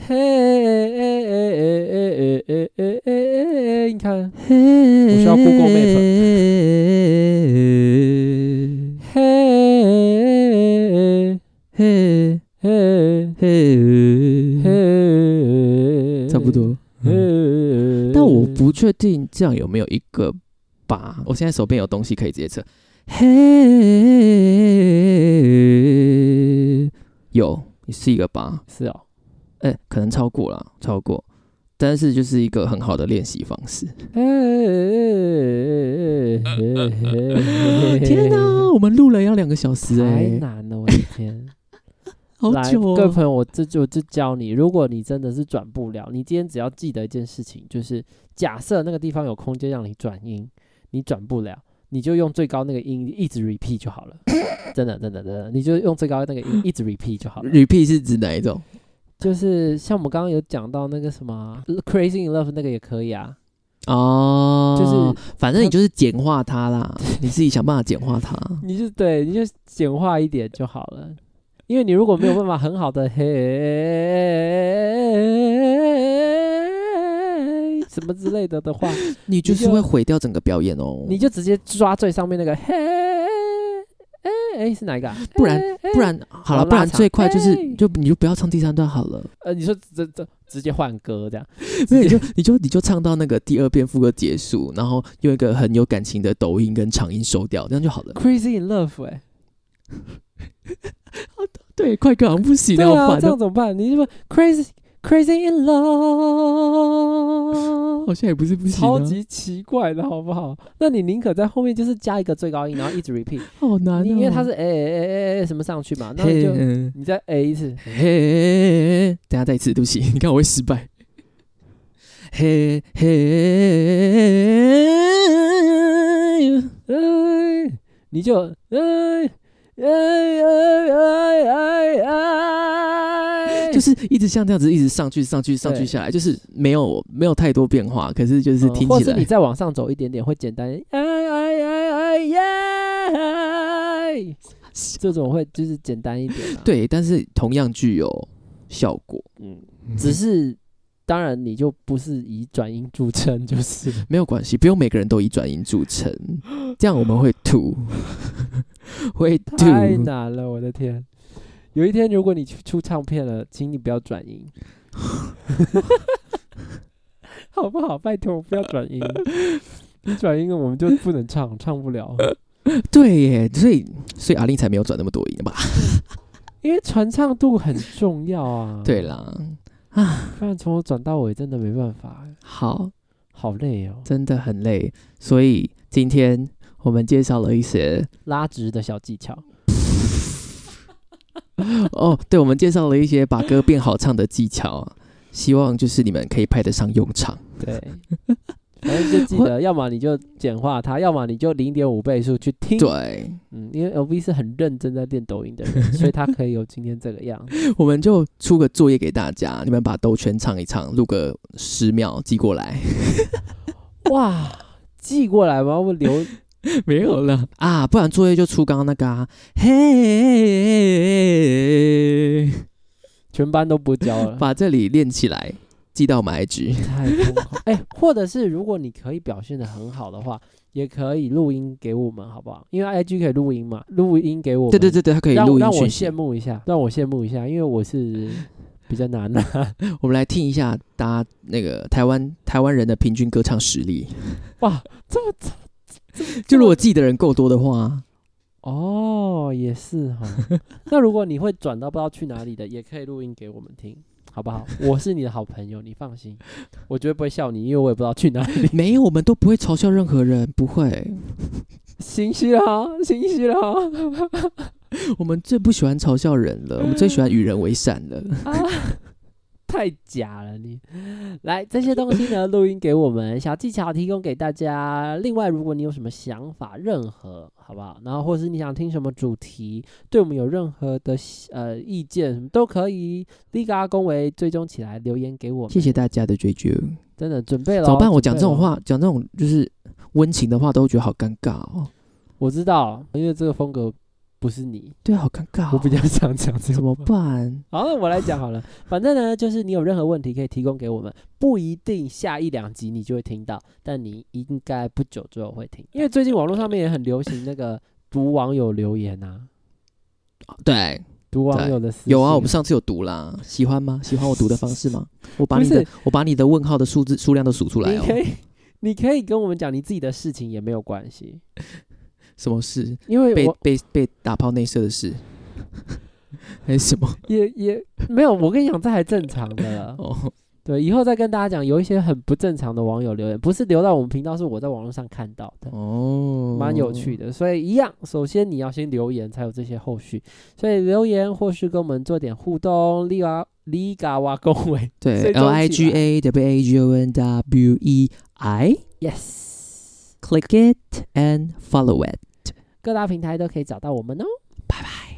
[SPEAKER 2] 嘿哎哎哎哎哎哎哎哎，你看，
[SPEAKER 1] 我
[SPEAKER 2] 需要 Google
[SPEAKER 1] Map。
[SPEAKER 2] 嘿
[SPEAKER 1] 嘿
[SPEAKER 2] 嘿
[SPEAKER 1] 嘿嘿，
[SPEAKER 2] 嘿，
[SPEAKER 1] 差不。多。
[SPEAKER 2] 嗯
[SPEAKER 1] 但我不确定这样有没有一个把。我现在手边有东西可以直接测。嘿，有，是一个把，
[SPEAKER 2] 是 哦，
[SPEAKER 1] 哎、可能超过了，超过。但是就是一个很好的练习方式。
[SPEAKER 2] 天
[SPEAKER 1] 天哪，！我们录了要两个小时
[SPEAKER 2] 太
[SPEAKER 1] 哎、
[SPEAKER 2] 难哦了，我的天！
[SPEAKER 1] 好
[SPEAKER 2] 来，
[SPEAKER 1] 久、哦。
[SPEAKER 2] 各位朋友，我这就就教你，如果你真的是转不了，你今天只要记得一件事情，就是假设那个地方有空间让你转音，你转不了，你就用最高那个音一直 repeat 就 好了。真的，真的，真的，你就用最高那个音一直 repeat 就 好了。
[SPEAKER 1] repeat 是指哪一种？
[SPEAKER 2] 就是像我们刚刚有讲到那个什么啊《Crazy in Love》那个也可以啊，
[SPEAKER 1] 哦，
[SPEAKER 2] 就是
[SPEAKER 1] 反正你就是简化它啦，你自己想办法简化它。
[SPEAKER 2] 你就对，你就简化一点就好了。因为你如果没有办法很好的嘿什么之类的的话，
[SPEAKER 1] 你就是会毁掉整个表演哦。
[SPEAKER 2] 你就直接抓最上面那个嘿哎哎是哪一个啊、
[SPEAKER 1] 不然
[SPEAKER 2] 嘿
[SPEAKER 1] 不然好了，
[SPEAKER 2] 好
[SPEAKER 1] 不然
[SPEAKER 2] 拉长
[SPEAKER 1] 最快就是
[SPEAKER 2] 哎
[SPEAKER 1] 就你就不要唱第三段好了，
[SPEAKER 2] 呃你说这这直接换歌这样，
[SPEAKER 1] 没有你
[SPEAKER 2] 直
[SPEAKER 1] 就
[SPEAKER 2] 接
[SPEAKER 1] 你就你就唱到那个第二遍副歌结束，然后用一个很有感情的抖音跟长音收掉，这样就好了。
[SPEAKER 2] Crazy in Love 哎、
[SPEAKER 1] 对，快歌好像不行，
[SPEAKER 2] 对
[SPEAKER 1] 好
[SPEAKER 2] 啊
[SPEAKER 1] 烦
[SPEAKER 2] 这
[SPEAKER 1] 哦
[SPEAKER 2] 样。怎么办？你就说 Crazy Crazy in Love
[SPEAKER 1] 好像也不是不行、啊，
[SPEAKER 2] 超级奇怪的好不好？那你宁可在后面就是加一个最高音，然后一直 repeat，
[SPEAKER 1] 好难、哦，
[SPEAKER 2] 你因为它是哎哎哎哎什么上去嘛，那你
[SPEAKER 1] 嘿
[SPEAKER 2] 就
[SPEAKER 1] 嗯
[SPEAKER 2] 你再 A 一次，
[SPEAKER 1] 嘿，等一下再一次，对不起，你看我会失败。嘿嘿，
[SPEAKER 2] 哎，你就哎哎哎哎哎哎，
[SPEAKER 1] 就是一直像这样子，一直上去上去上去
[SPEAKER 2] 对
[SPEAKER 1] 下来，就是没有没有太多变化，可是就是
[SPEAKER 2] 嗯
[SPEAKER 1] 听
[SPEAKER 2] 或
[SPEAKER 1] 起
[SPEAKER 2] 是
[SPEAKER 1] 来，
[SPEAKER 2] 你再往上走一点点会简单，哎哎哎哎耶，这种会就是简单一点啊。
[SPEAKER 1] 对，但是同样具有效果。
[SPEAKER 2] 嗯，只是当然你就不是以转音著称，就是
[SPEAKER 1] 没有关系，不用每个人都以转音著称，这样我们会吐， 会吐。
[SPEAKER 2] 太难了，我的天！有一天如果你去出唱片了，请你不要转 音，好不好？拜托不要转音，你转音了我们就不能唱，唱不了，
[SPEAKER 1] 对耶，所以所以阿令才没有转那么多音吧？
[SPEAKER 2] 因为传唱度很重要啊。
[SPEAKER 1] 对，啦，
[SPEAKER 2] 不然从头转到尾真的没办法，
[SPEAKER 1] 好，
[SPEAKER 2] 好累哦。
[SPEAKER 1] 真的很累，所以今天我们介绍了一些
[SPEAKER 2] 拉直的小技巧，
[SPEAKER 1] 哦，对，我们介绍了一些把啊歌变好唱的技巧，希望就是你们可以派得上用场。
[SPEAKER 2] 对，反正就记得，要么你就简化它，要么你就零点五倍速去听。
[SPEAKER 1] 对，
[SPEAKER 2] 嗯，因为 LV 是很认真在练抖音的人，所以他可以有今天这个样子。
[SPEAKER 1] 我们就出个作业给大家，你们把兜圈唱一唱，录个十秒寄过来。
[SPEAKER 2] 哇，寄过来吗？我留
[SPEAKER 1] 没有了啊，不然作业就出刚刚那个啊，嘿，
[SPEAKER 2] 全班都不交了，
[SPEAKER 1] 把这里练起来，寄到我们 IG。
[SPEAKER 2] 太疯狂！哎、或者是如果你可以表现的很好的话，也可以录音给我们，好不好？因为 IG 可以录音嘛，录音给我们。
[SPEAKER 1] 对对对对，它可以
[SPEAKER 2] 让
[SPEAKER 1] 录
[SPEAKER 2] 让
[SPEAKER 1] 音
[SPEAKER 2] 我
[SPEAKER 1] 讯
[SPEAKER 2] 羡
[SPEAKER 1] 息。
[SPEAKER 2] 慕一下，让我羡慕一下，因为我是 比较难啊的、
[SPEAKER 1] 我们来听一下大家那个台湾台湾人的平均歌唱实力。
[SPEAKER 2] 哇，这么
[SPEAKER 1] 就如果记的人够多的 话，
[SPEAKER 2] 哦，也是 哈。那如果你会转到不知道去哪里的，也可以录音给我们听，好不好？我是你的好朋友，你放心，我绝对不会笑你，因为我也不知道去 哪里。
[SPEAKER 1] 没有，我们都不会嘲笑任何人，不会。
[SPEAKER 2] 心虚啦，心虚啦！
[SPEAKER 1] 我们最不喜欢嘲笑人了，我们最喜欢与人为善了。
[SPEAKER 2] 啊，太假了你！来，这些东西呢，录音给我们，小技巧提供给大家。另外，如果你有什么想法，任何好不好？然后，或是你想听什么主题，对我们有任何的呃意见，什么都可以立嘎恭维追踪起来，留言给我们。
[SPEAKER 1] 谢谢大家的追究。
[SPEAKER 2] 真的准备了，哦
[SPEAKER 1] 怎么办？我讲
[SPEAKER 2] 准
[SPEAKER 1] 这
[SPEAKER 2] 备
[SPEAKER 1] 种
[SPEAKER 2] 咯，
[SPEAKER 1] 话，讲这种就是温情的话，都觉得好尴尬哦。
[SPEAKER 2] 我知道，因为这个风格不是你，
[SPEAKER 1] 对啊，好尴尬、哦。
[SPEAKER 2] 我比较想讲这
[SPEAKER 1] 怎
[SPEAKER 2] 种
[SPEAKER 1] 么。办？
[SPEAKER 2] 好，那我来讲好了。反正呢，就是你有任何问题可以提供给我们，不一定下一两集你就会听到，但你应该不久之后会听，因为最近网络上面也很流行那个读网友留言啊，
[SPEAKER 1] 对，
[SPEAKER 2] 读网友的私信
[SPEAKER 1] 有啊，我们上次有读啦。喜欢吗？喜欢我读的方 式吗？我把你
[SPEAKER 2] 不
[SPEAKER 1] 的
[SPEAKER 2] 是，
[SPEAKER 1] 我把你的问号的数字数量都数出来
[SPEAKER 2] 你可
[SPEAKER 1] 哦。
[SPEAKER 2] 以，你可以跟我们讲你自己的事情也没有关系，
[SPEAKER 1] 什么 事？
[SPEAKER 2] 因为
[SPEAKER 1] 被
[SPEAKER 2] 我
[SPEAKER 1] 被被打炮内射的事？ 还是 什么？
[SPEAKER 2] 也也没有，我跟你讲，这还正常 的。
[SPEAKER 1] 哦，
[SPEAKER 2] 对，以后再跟大家讲，有一些很不正常的网友留言，不是留到我们频道，是我在网络上看到的。
[SPEAKER 1] 哦，
[SPEAKER 2] 蛮有趣的。所以一样，首先你要先留言，才有这些后续。所以留言或是跟我们做点互动，利瓦利嘎瓦恭维
[SPEAKER 1] 对
[SPEAKER 2] 追
[SPEAKER 1] ，L
[SPEAKER 2] 踪
[SPEAKER 1] I
[SPEAKER 2] 起
[SPEAKER 1] G
[SPEAKER 2] 来
[SPEAKER 1] A W A G O N W E I。
[SPEAKER 2] ，yes，
[SPEAKER 1] Click it and follow it.
[SPEAKER 2] 各大平台都可以找到我们哦。
[SPEAKER 1] 拜拜。